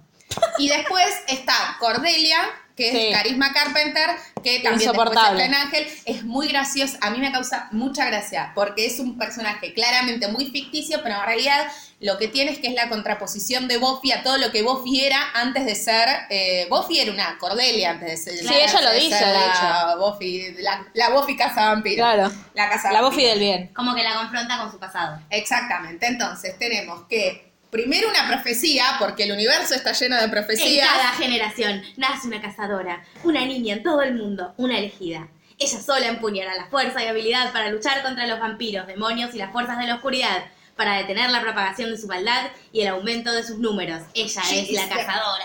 B: Y después está Cordelia, que es
A: Sí.
B: Carisma Carpenter, que también después
A: Insoportable.
B: está en Ángel. Es muy graciosa, a mí me causa mucha gracia, porque es un personaje claramente muy ficticio, pero en realidad lo que tiene es que es la contraposición de Buffy a todo lo que Buffy era antes de ser... Eh, Buffy era una Cordelia antes de ser...
A: Sí, ella lo
B: de
A: dice,
B: ser
A: de
B: la Buffy, la, la Buffy Casa Vampiro.
A: Claro.
B: La Casa
A: La
B: Vampiro.
A: Buffy del bien.
C: Como que la confronta con su pasado.
B: Exactamente, entonces tenemos que primero una profecía, porque el universo está lleno de
C: En
B: profecías.
C: cada
A: ¿eh?
C: generación nace una cazadora, una niña en todo el mundo, una elegida. Ella sola empuñará la fuerza y habilidad para luchar contra los vampiros, demonios y las fuerzas de la oscuridad, para detener la propagación de su maldad y el aumento de sus números. Ella
B: Sí,
C: es la
B: sí.
C: cazadora.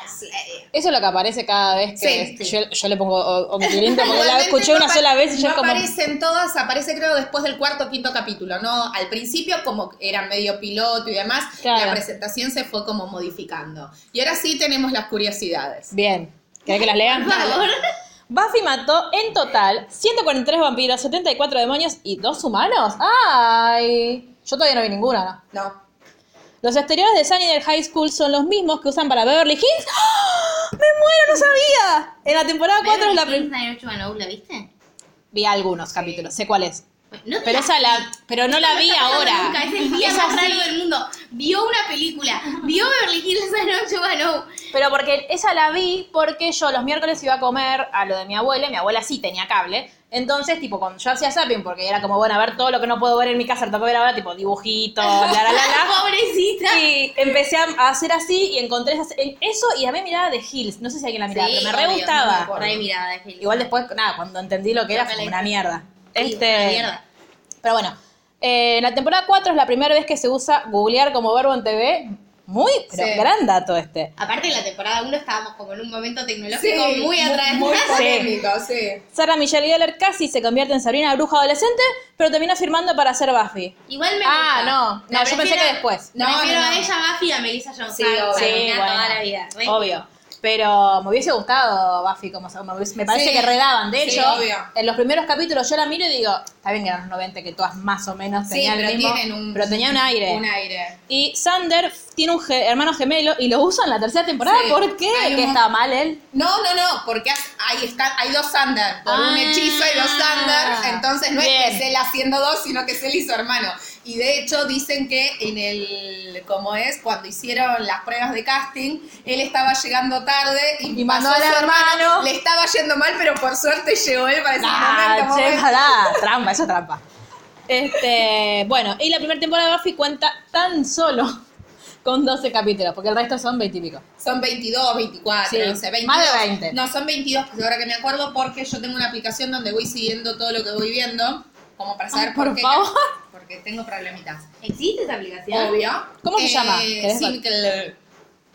A: Eso es lo que aparece cada vez que
B: Sí,
C: sí.
A: Yo, yo le pongo o- omnipotente porque la
B: Igualmente
A: escuché
B: no
A: una
B: apa-
A: sola vez y yo
B: no
A: es como...
B: aparecen todas, aparece creo después del cuarto o quinto capítulo, ¿no? Al principio como era medio piloto y demás,
A: Claro.
B: la presentación se fue como modificando. Y ahora sí tenemos las curiosidades.
A: Bien. ¿Querés que las lean?
C: Por favor.
A: Buffy mató en total 143 vampiros, 74 demonios y 2 humanos. ¡Ay! Yo todavía no vi ninguna, ¿no?
B: No.
A: Los exteriores de Sunny del High School son los mismos que usan para Beverly Hills. ¡Ah! ¡Me muero! ¡No sabía! En la temporada 4 es la
C: Beverly Hills
A: primera.
C: 90210, ¿La viste?
A: Vi algunos capítulos, sé cuál es.
C: No te
A: Pero esa la. Pero no la vi
C: está pasando
A: ahora.
C: nunca, es el día
A: Es
C: más
A: así.
C: largo del mundo. Vio una película, vio Beverly Hills 90210.
A: Pero porque esa la vi porque yo los miércoles iba a comer a lo de mi abuela, y mi abuela sí tenía cable. Entonces, tipo, cuando yo hacía zapping, porque era como, bueno, a ver todo lo que no puedo ver en mi casa, lo tengo que ver ahora, tipo,
C: *laughs*
A: dibujitos, la, la, la, la.
C: Pobrecita.
A: Y empecé a a hacer así y encontré esas- en- eso y a mí mirada de Hills. No sé si alguien la miraba,
C: Sí,
A: pero me
C: obvio,
A: re
C: no me
A: gustaba.
C: acuerdo. Re mirada de Hills.
A: Igual después, nada, cuando entendí lo que era,
C: Yo me
A: fue
C: la
A: una
C: hice.
A: mierda.
C: Sí,
A: Este,
C: una mierda.
A: Pero bueno, eh, en la temporada 4 es la primera vez que se usa googlear como verbo en TV. Muy, pero
B: Sí.
A: gran dato este.
C: Aparte en la temporada 1 estábamos como en un momento tecnológico
B: Sí,
C: muy atrás.
B: Muy polémico, *laughs* sí.
A: Sarah Michelle Gellar casi se convierte en Sabrina Bruja adolescente, pero termina firmando para ser Buffy.
C: Igual me
A: Ah,
C: gusta.
A: no, no,
C: La
A: yo pensé
C: prefiero-
A: que después.
B: No,
C: prefiero
B: no, no.
C: a ella Buffy y a Melissa Jones.
B: Sí,
C: Hart,
B: obvio.
C: para
A: Sí,
C: mí, a
A: bueno.
C: toda la vida. Re-
A: Obvio. Pero me hubiese gustado Buffy como me, hubiese- me parece
B: Sí.
A: que redaban. De
B: Sí,
A: hecho,
B: obvio.
A: en los primeros capítulos yo la miro y digo, está bien que eran los 90 que todas más o menos
B: Sí,
A: tenían
B: pero
A: el mismo,
B: tienen un...
A: pero tenía un aire.
B: Un aire.
A: Y Sander tiene un ge- hermano gemelo y lo usa en la tercera temporada.
B: Sí.
A: ¿Por qué?
B: Hay un
A: Que
B: mon-
A: estaba mal él.
B: No, no, no, porque has- ahí está, hay dos Sander. Por un
A: Ah.
B: hechizo hay dos Sander. Entonces no es
A: Bien.
B: que es él haciendo dos, sino que es él y su hermano. Y de hecho dicen que en el, como es, cuando hicieron las pruebas de casting, él estaba llegando tarde y,
A: Y
B: pasó
A: mandó al
B: su hermano.
A: hermano.
B: Le estaba yendo mal, pero por suerte llegó él para ese
A: Ah,
B: momento.
A: che,
B: como ves.
A: pará. Trampa, eso es trampa. Este, bueno, y la primera temporada de Buffy cuenta tan solo con 12 capítulos, porque el resto son 20 y pico.
B: Son 22, 24,
A: Sí,
B: no sé,
A: más
B: 22.
A: de 20.
B: No, son 22, pues ahora que me acuerdo, porque yo tengo una aplicación donde voy siguiendo todo lo que voy viendo, como para saber
A: Ay, por
B: qué.
A: favor.
B: Porque tengo problemitas.
C: ¿Existe esa aplicación?
B: Obvio.
A: ¿Cómo se llama? ¿Querés
B: Single.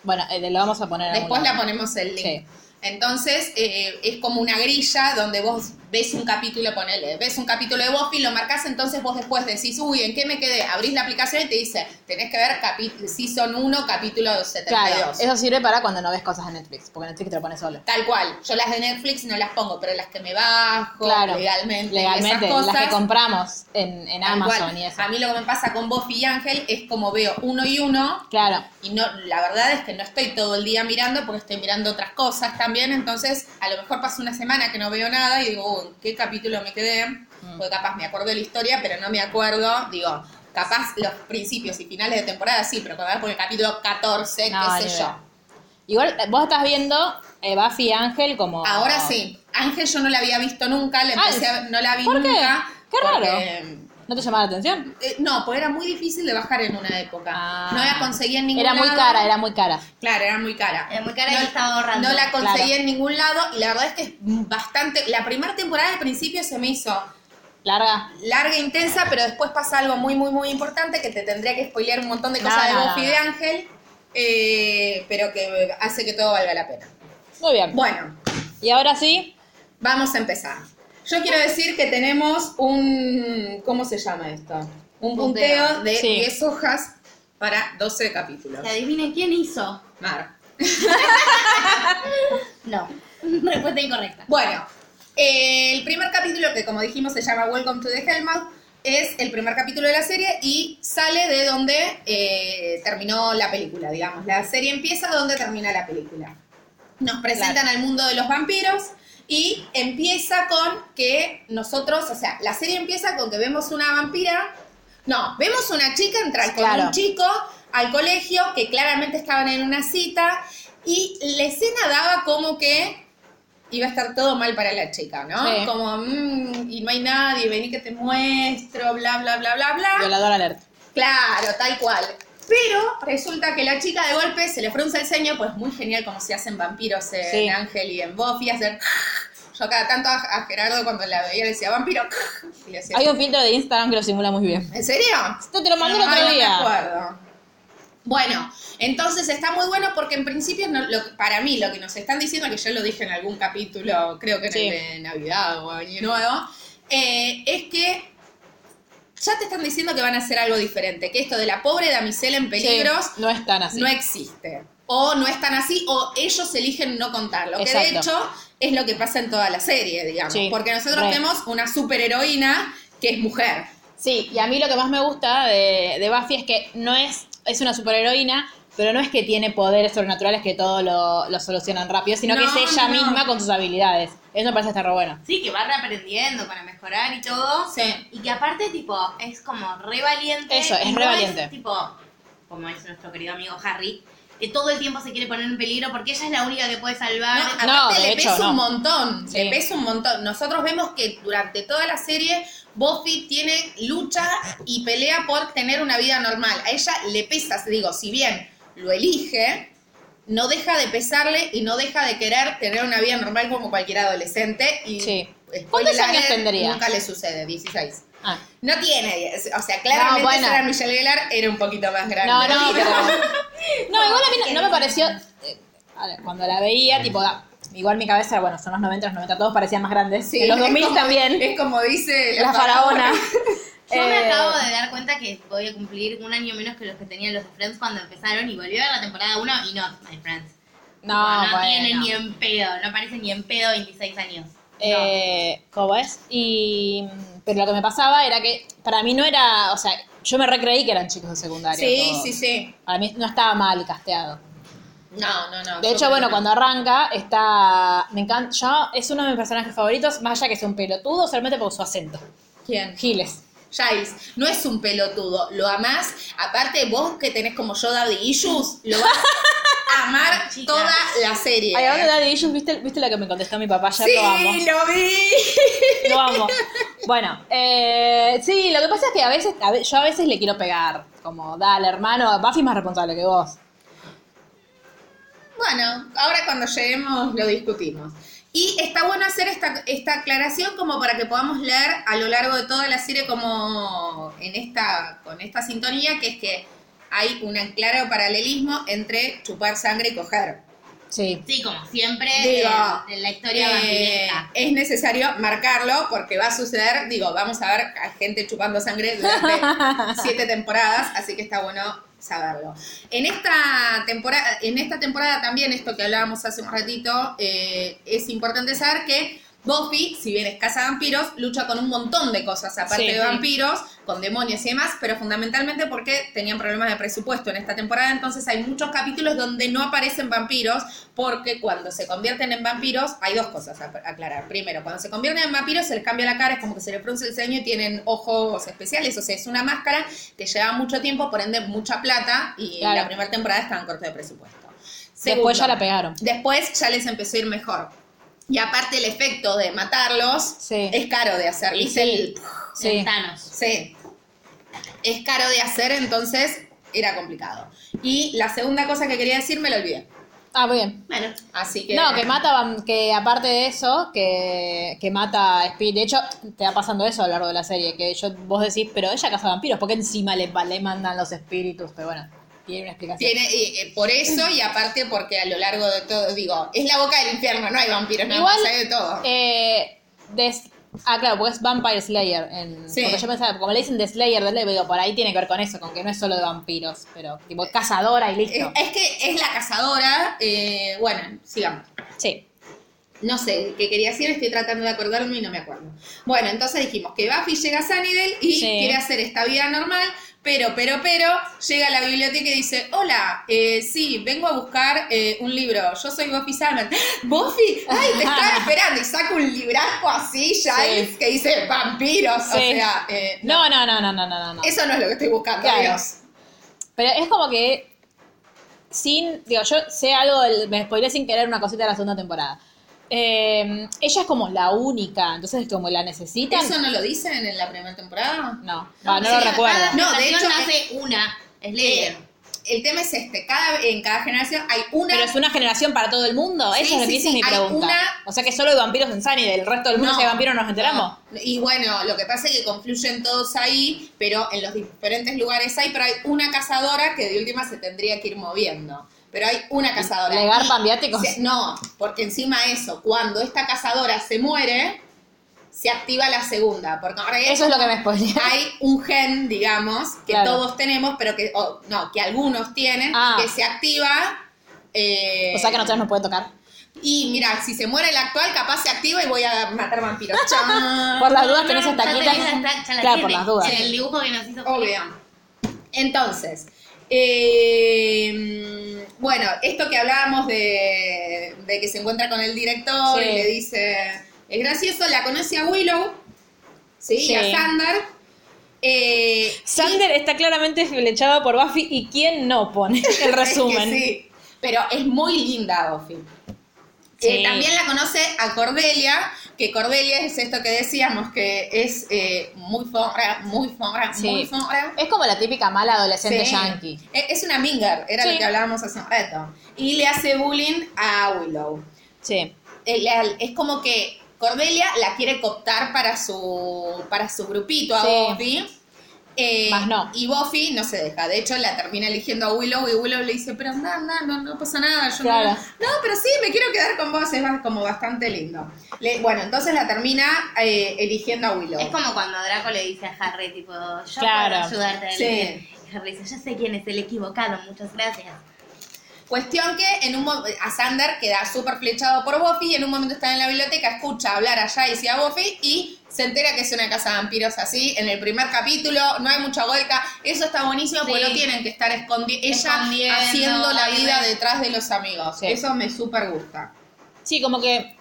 A: Bueno, eh, lo vamos a poner en algún
B: Después
A: lado.
B: la ponemos el link.
A: Sí.
B: Entonces, eh, es como una grilla donde vos ves un capítulo, ponele, ves un capítulo de Buffy, lo marcas, entonces vos después decís, uy, ¿en qué me quedé? Abrís la aplicación y te dice, tenés que ver capi- Season 1, capítulo 72.
A: Claro, eso sirve para cuando no ves cosas en Netflix, porque Netflix te lo pone solo.
B: Tal cual. Yo las de Netflix no las pongo, pero las que me bajo
A: Claro,
B: legalmente,
A: Legalmente,
B: esas cosas,
A: las que compramos en, en
B: tal cual.
A: Amazon y eso.
B: A mí lo que me pasa con Buffy y Ángel es como veo uno y uno,
A: Claro.
B: y no, la verdad es que no estoy todo el día mirando porque estoy mirando otras cosas también, entonces a lo mejor pasa una semana que no veo nada y digo, "Uy, ¿en qué capítulo me quedé?
A: Mm.
B: Porque capaz me acuerdo de la historia, pero no me acuerdo, digo, capaz los principios y finales de temporada sí, pero cuando vas por el capítulo 14,
A: No,
B: qué
A: ni
B: sé
A: idea.
B: yo.
A: Igual eh, vos estás viendo eh, Buffy y Ángel como.
B: Ahora sí, Ángel yo no la había visto nunca, la
A: Ah,
B: empecé a- no la vi
A: ¿por qué?
B: nunca.
A: Qué raro.
B: porque,
A: ¿No te llamaba la atención?
B: eh, no, porque era muy difícil de bajar en una época.
A: Ah.
B: no la conseguía en ningún
A: Era muy
B: lado.
A: cara, eh. era muy cara.
B: Claro, era muy cara.
C: Era muy cara y estaba ahorrando,
B: No la conseguí
A: claro.
B: en ningún lado y la verdad es que es bastante... La primera temporada al principio se me hizo
A: Larga.
B: larga e intensa, pero después pasa algo muy, muy, muy importante que te tendría que spoilear un montón de
A: No,
B: cosas
A: no,
B: de
A: no,
B: Buffy y
A: no.
B: de Ángel, eh, pero que hace que todo valga la pena.
A: Muy bien.
B: Bueno,
A: Y ahora sí,
B: Vamos a empezar. Yo quiero decir que tenemos un. ¿Cómo se llama esto? Un
C: Punteo.
B: punteo de
A: Sí.
B: 10 hojas para 12 capítulos.
C: ¿Te adivinen quién hizo?
B: Mar.
C: No. *laughs* Respuesta incorrecta.
B: Bueno, eh, el primer capítulo, que como dijimos se llama Welcome to the Hellmouth, es el primer capítulo de la serie y sale de donde eh, terminó la película, digamos. La serie empieza donde termina la película. Nos presentan al mundo de los vampiros y empieza con que nosotros, o sea, la serie empieza con que vemos una vampira. No, vemos una chica entrar con
A: Claro.
B: un chico al colegio que claramente estaban en una cita y la escena daba como que iba a estar todo mal para la chica, ¿no?
A: Sí.
B: Como, "Mm, y no hay nadie, vení que te muestro, bla, bla, bla, bla, bla.
A: violador alert.
B: Claro, tal cual. Pero resulta que la chica de golpe se le frunce el ceño, pues muy genial como se hacen vampiros en
A: Sí.
B: Ángel y en Buffy, hacen... Yo cada tanto a, a Gerardo cuando la veía le decía, vampiro, *laughs* y le hacía
A: Este, Hay
B: así.
A: un filtro de Instagram que lo simula muy bien.
B: ¿En serio?
A: Esto te lo mandé el
B: Ay,
A: otro
B: Ah, no me
A: día.
B: acuerdo. Bueno, entonces está muy bueno porque en principio no- lo- para mí lo que nos están diciendo, que yo lo dije en algún capítulo, creo que en
A: Sí.
B: el de Navidad o Año Nuevo, eh, es que ya te están diciendo que van a hacer algo diferente, que esto de la pobre damisela en peligros
A: Sí, no es tan así.
B: no existe. O no están así, o ellos eligen no contarlo. Que de
A: Exacto.
B: hecho es lo que pasa en toda la serie, digamos.
A: Sí,
B: Porque nosotros
A: re.
B: vemos una superheroína que es mujer.
A: Sí, y a mí lo que más me gusta de, de Buffy es que no es, es una superheroína, pero no es que tiene poderes sobrenaturales que todo lo, lo solucionan rápido, sino que
B: No,
A: es ella
B: no, no.
A: misma con sus habilidades. Eso me parece estar re bueno.
C: Sí, que va reaprendiendo para mejorar y todo.
B: Sí.
C: Y que aparte, tipo, es como re valiente.
A: Eso, es
C: Y
A: re
C: no
A: valiente.
C: tipo, como dice nuestro querido amigo Harry, que todo el tiempo se quiere poner en peligro porque ella es la única que puede salvar.
B: No,
C: Ah,
B: aparte
A: de
B: le
A: hecho,
B: pesa
A: no.
B: un montón,
A: Sí.
B: le pesa un montón. Nosotros vemos que durante toda la serie Buffy tiene lucha y pelea por tener una vida normal. A ella le pesa, digo, si bien lo elige, no deja de pesarle y no deja de querer tener una vida normal como cualquier adolescente. Y
A: Sí.
B: spoiler
A: ¿Cuántos años
B: alert,
A: tendría?
B: Nunca le sucede, 16.
A: Ah.
B: No tiene 10, o sea, claramente
A: No, bueno.
B: Sarah Michelle Gellar era un poquito más grande.
A: No, no,
B: *laughs*
A: pero. No, igual a mí no, no me pareció. eh, a ver, cuando la veía, tipo, da- igual mi cabeza, bueno, son los 90, los 90, todos parecían más grandes.
B: Sí,
A: En los
B: *laughs* es
A: 2000
B: como-
A: también.
B: Es como dice
A: La
B: *laughs*
A: faraona.
C: Yo me
A: Eh,
C: acabo de dar cuenta que voy a cumplir un año menos que los que tenían los de Friends cuando empezaron y volví a ver la temporada 1 y no, My Friends.
A: No,
C: Tipo, no tiene
A: Ah, bueno.
C: ni en pedo, no parece ni en pedo 26 años.
A: Eh, ¿Cómo es? Y, pero lo que me pasaba era que para mí no era, o sea, yo me recreí que eran chicos de secundaria.
B: Sí,
A: todos.
B: sí, sí.
A: Para mí no estaba mal casteado.
B: No, no, no.
A: De
B: yo
A: hecho,
B: creo
A: bueno,
B: que
A: cuando arranca, está. Me encanta. Yo, es uno de mis personajes favoritos, más allá que sea un pelotudo, solamente por su acento.
B: ¿Quién?
A: Giles.
B: Giles, no es un pelotudo, lo amás. Aparte, vos que tenés como yo daddy issues, lo vas
A: *laughs*
B: a amar
C: Chica.
B: toda la serie. ¿eh?
A: Ay, hablando de Daddy Issues, ¿viste, ¿viste la que me contestó mi papá? Ya
B: sí,
A: lo amo.
B: lo vi.
A: Lo
B: *laughs*
A: amo. Bueno, eh, sí, lo que pasa es que a veces, a ve- yo a veces le quiero pegar. Como, dale, hermano, Buffy es más responsable que vos.
B: Bueno, ahora cuando lleguemos lo discutimos. Y está bueno hacer esta, esta aclaración como para que podamos leer a lo largo de toda la serie como en esta, con esta sintonía, que es que hay un claro paralelismo entre chupar sangre y coger.
A: Sí.
C: Sí, como siempre,
B: Digo,
C: en, en la historia
B: Eh,
C: vampírica.
B: es necesario marcarlo porque va a suceder, digo, vamos a ver a gente chupando sangre durante
A: *laughs*
B: siete temporadas, así que está bueno saberlo. En esta temporada, en esta temporada también, esto que hablábamos hace un ratito, eh, es importante saber que Buffy, si bien es casa de vampiros, lucha con un montón de cosas, aparte
A: Sí,
B: de
A: sí.
B: vampiros, con demonios y demás, pero fundamentalmente porque tenían problemas de presupuesto en esta temporada, entonces hay muchos capítulos donde no aparecen vampiros, porque cuando se convierten en vampiros, hay dos cosas a a aclarar. Primero, cuando se convierten en vampiros, se les cambia la cara, es como que se les produce el ceño y tienen ojos especiales, o sea, es una máscara que lleva mucho tiempo, por ende mucha plata, y en
A: Claro.
B: la primera temporada estaban cortos de presupuesto.
A: Después ya
B: Segundo,
A: la pegaron.
B: Después ya les empezó a ir mejor. Y aparte el efecto de matarlos
A: Sí.
B: es caro de hacer.
A: Y
B: ¿viste?
A: sí.
B: El-
A: Sí.
C: Thanos.
B: Sí. Es caro de hacer, entonces era complicado. Y la segunda cosa que quería decir me la olvidé.
A: Ah, muy bien.
C: Bueno,
B: Así que...
A: No, que mata, vam- que aparte de eso, que, que mata a Speed. De hecho, te va pasando eso a lo largo de la serie, que yo, vos decís, pero ella caza vampiros, porque encima le, le mandan los espíritus, pero bueno, tiene una explicación.
B: Tiene, eh, eh, por eso y aparte porque a lo largo de todo, digo, es la boca del infierno, no hay vampiros, nada
A: Igual,
B: más, hay de todo.
A: Eh, des- ah, claro, porque es Vampire Slayer. en-
B: Sí.
A: Porque yo pensaba, como le dicen de Slayer, de Slayer, digo, por ahí tiene que ver con eso, con que no es solo de vampiros, pero tipo cazadora y
B: es,
A: listo.
B: es que es la cazadora, eh, bueno, sigamos.
A: Sí.
B: No sé qué quería decir, estoy tratando de acordarme y no me acuerdo. Bueno, entonces dijimos que Buffy llega a Sunnydale y
A: Sí.
B: quiere hacer esta vida normal, pero, pero, pero, llega a la biblioteca y dice, hola, eh, sí, vengo a buscar eh, un libro, yo soy Buffy Salmon. *gasps* ¡Buffy! ¡Ay,
A: *laughs*
B: te estaba esperando! Y saca un libraco así, Giles, que dice vampiros, o
A: Sí.
B: sea... eh,
A: No, no, no, no, no, no, no. no.
B: Eso no es lo que estoy buscando,
A: Claro.
B: Dios.
A: Pero es como que sin, digo, yo sé algo, del- me spoilé sin querer una cosita de la segunda temporada. Eh, ella es como la única, entonces como la necesitan.
B: ¿Eso no lo dicen en la primera temporada?
A: No, va, Ah, no eh,
B: sí,
A: lo
B: acá-
A: recuerdo.
C: No, de hecho
B: es-
C: hace una
A: eh,
C: Slayer.
B: El tema es este, cada, en cada generación hay una...
A: Pero es una generación para todo el mundo,
B: Sí,
A: eso es lo
B: sí,
A: que dice
B: sí,
A: mi
B: hay
A: pregunta.
B: una-
A: O sea que solo hay vampiros en Sunny, del resto del mundo si hay vampiros nos enteramos.
B: no. Ah, Y bueno, lo que pasa es que confluyen todos ahí, pero en los diferentes lugares hay, pero hay una cazadora que de última se tendría que ir moviendo. Pero hay una cazadora.
A: ¿Le garpan
B: Y-
A: viáticos?
B: se- no, porque encima eso, cuando esta cazadora se muere, se activa la segunda. Porque ahora
A: Eso es lo que me spoilé.
B: hay un gen, digamos, que
A: Claro.
B: todos tenemos, pero que, o, no, que algunos tienen,
A: Ah.
B: que se activa. eh,
A: O sea que nosotros nos puede tocar.
B: Y mira, si se muere el actual, capaz se activa y voy a matar vampiros. Chao.
A: *laughs* Por las dudas tenés
C: Ya
A: esta
C: tenés esta-
A: quita.
C: ya la
A: Claro, por
C: tiene,
A: las dudas.
C: En el dibujo que nos hizo
B: Obvio. Entonces, eh, bueno, esto que hablábamos de, de que se encuentra con el director
A: Sí.
B: y le dice, es gracioso, la conoce a Willow, ¿sí? Y
A: Sí.
B: a Sander. Eh,
A: Sander está claramente flechado por Buffy y quién no pone el resumen.
B: *laughs* Es que sí, pero es muy linda Buffy. Eh,
A: Sí.
B: también la conoce a Cordelia, que Cordelia es esto que decíamos, que es eh, muy forra, muy forra,
A: Sí.
B: muy forra.
A: Es como la típica mala adolescente
B: Sí.
A: yankee.
B: E- Es una minger, era
A: Sí.
B: lo que hablábamos hace un rato. Y le hace bullying a Willow.
A: Sí.
B: Eh, le- es como que Cordelia la quiere cooptar para su, para su grupito a
A: Sí.
B: Buffy. Eh,
A: Más no.
B: Y Buffy no se deja. De hecho, la termina eligiendo a Willow y Willow le dice, pero anda, anda, no, no pasa nada. Yo no-
A: Claro.
B: no, pero sí, me quiero quedar con vos. Es ba- como bastante lindo. Le- bueno, entonces la termina eh, eligiendo a Willow.
C: Es como cuando Draco le dice a Harry, tipo, yo
A: Claro.
C: puedo ayudarte.
B: Sí.
C: Y Harry dice, yo sé quién es el equivocado, muchas gracias.
B: Cuestión que en un mo- a Sander queda súper flechado por Buffy y en un momento está en la biblioteca, escucha hablar a Giles y a Buffy y se entera que es una casa de vampiros así. En el primer capítulo no hay mucha vuelta. Eso está buenísimo porque
C: Sí.
B: no tienen que estar escondi ella
C: Escondiendo,
B: haciendo la
C: ay,
B: vida
C: re.
B: detrás de los amigos.
A: Sí.
B: Eso me súper gusta.
A: Sí, como que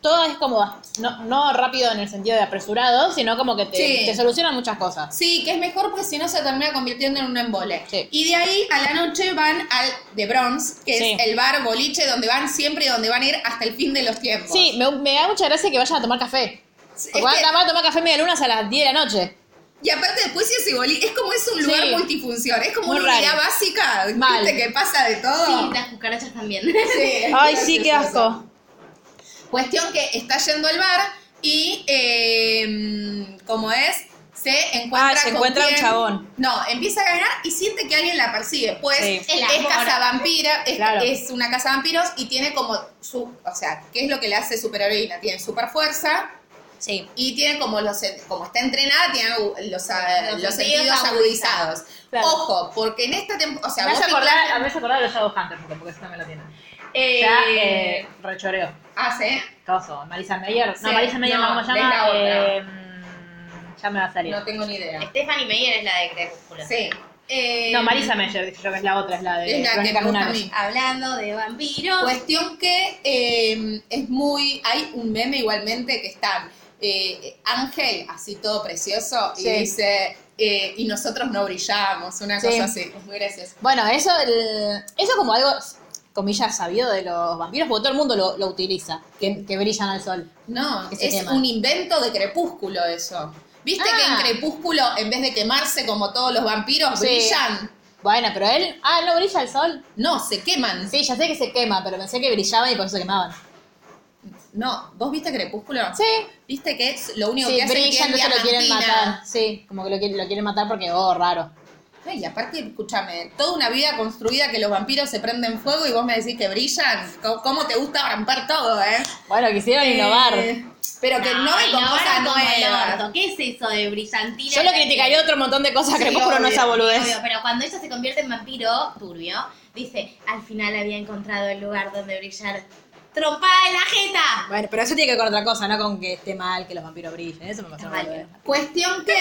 A: todo es como, no, no rápido en el sentido de apresurado, sino como que te,
B: Sí.
A: te solucionan muchas cosas.
B: Sí, que es mejor porque si no se termina convirtiendo en un embole.
A: Sí.
B: Y de ahí a la noche van al The Bronze, que
A: Sí.
B: es el bar boliche donde van siempre y donde van a ir hasta el fin de los tiempos.
A: Sí, me, me da mucha gracia que vayan a tomar café.
B: Es
A: Porque van
B: que-
A: a van a tomar café media lunas a las 10 de la noche.
B: Y aparte después ese boli es como es un lugar
A: Sí.
B: multifunción, es como
A: Muy
B: una unidad
A: raro.
B: básica, ¿viste?
A: Mal.
B: que pasa de
C: Sí,
B: todo.
C: las cucarachas también.
B: Oh. Sí,
A: Ay, sí, qué
B: gracioso.
A: asco.
B: Cuestión que está yendo al bar y, eh, em, como es, se encuentra,
A: Ah, se
B: con
A: encuentra un
B: quién-
A: chabón.
B: No, empieza a caminar y siente que alguien la persigue. Pues
A: Sí.
C: El
B: es
C: amor.
B: cazavampira, es,
A: Claro.
B: es una cazavampiros y tiene como su. O sea, ¿qué es lo que le hace superheroína? Tiene super fuerza
A: Sí.
B: y tiene como los. Como está entrenada, tiene agu- los, ah,
C: Los
B: los
C: sentidos
B: sentidos agudizados.
A: Claro.
B: Ojo, porque en esta temporada. O sea,
A: me
B: vos
A: hace
B: picás-
A: acordar, a mí se acordar de los Shadowhunters, porque, porque eso también lo tiene. Eh,
C: Ya,
A: eh, rechoreo.
B: hace.
A: Coso, Marisa Meyer. No,
B: Sí,
A: Marisa Meyer no,
B: no,
A: ¿cómo se
B: de
A: llama?
B: la otra.
A: Eh, mm, ya me va a salir.
B: No tengo ni idea.
C: *laughs* Stephanie Meyer es la de Crepúsculo.
B: Sí.
A: no, Marisa Meyer, dije yo que es la otra, es la de
B: eh, Es la que
A: Verónica
B: me gusta a
A: Lunares.
B: mí.
C: Hablando de vampiros.
B: Cuestión que eh, es muy. Hay un meme igualmente que está eh, Ángel, así todo precioso,
A: Sí.
B: y dice. eh, y nosotros no brillamos, una
A: Sí.
B: cosa así. Es muy gracioso.
A: Bueno, eso, el- eso como algo, comillas, sabido de los vampiros, porque todo el mundo lo, lo utiliza, que, que brillan al sol.
B: No,
A: Que se
B: es
A: quema.
B: un invento de crepúsculo eso. ¿Viste
A: Ah.
B: que en crepúsculo, en vez de quemarse como todos los vampiros,
A: Sí.
B: brillan?
A: Bueno, pero él, ah, no brilla el sol.
B: No, se queman.
A: Sí, ya sé que se quema, pero pensé que brillaban y por eso quemaban.
B: No, ¿vos viste crepúsculo?
A: Sí,
B: ¿Viste que es lo único
A: sí
B: que hacen que
A: brillan,
B: es
A: entonces lo quieren
B: diamantina?
A: matar. Sí, como que lo, quieren- lo quieren matar porque, oh, raro.
B: Ay, aparte, escúchame, toda una vida construida que los vampiros se prenden fuego y vos me decís que brillan. ¿Cómo, cómo te gusta romper todo, eh?
A: Bueno, quisieron innovar.
B: Eh, Pero que no hay con
C: innovaron
B: cosas
C: como el
B: nuevas.
C: orto. ¿Qué es eso de brillantina?
A: Yo lo criticaría otro montón de cosas,
B: Sí,
A: Crepúsculo no
B: obvio,
A: esa boludez.
C: Obvio, pero cuando ella se convierte en vampiro turbio, dice, al final había encontrado el lugar donde brillar. ¡Trompada en la jeta!
A: Bueno, pero eso tiene que ver con otra cosa, no con que esté mal que los vampiros brillen. Eso me pasó
C: Está mal, *laughs*
A: mal.
B: eh. Cuestión que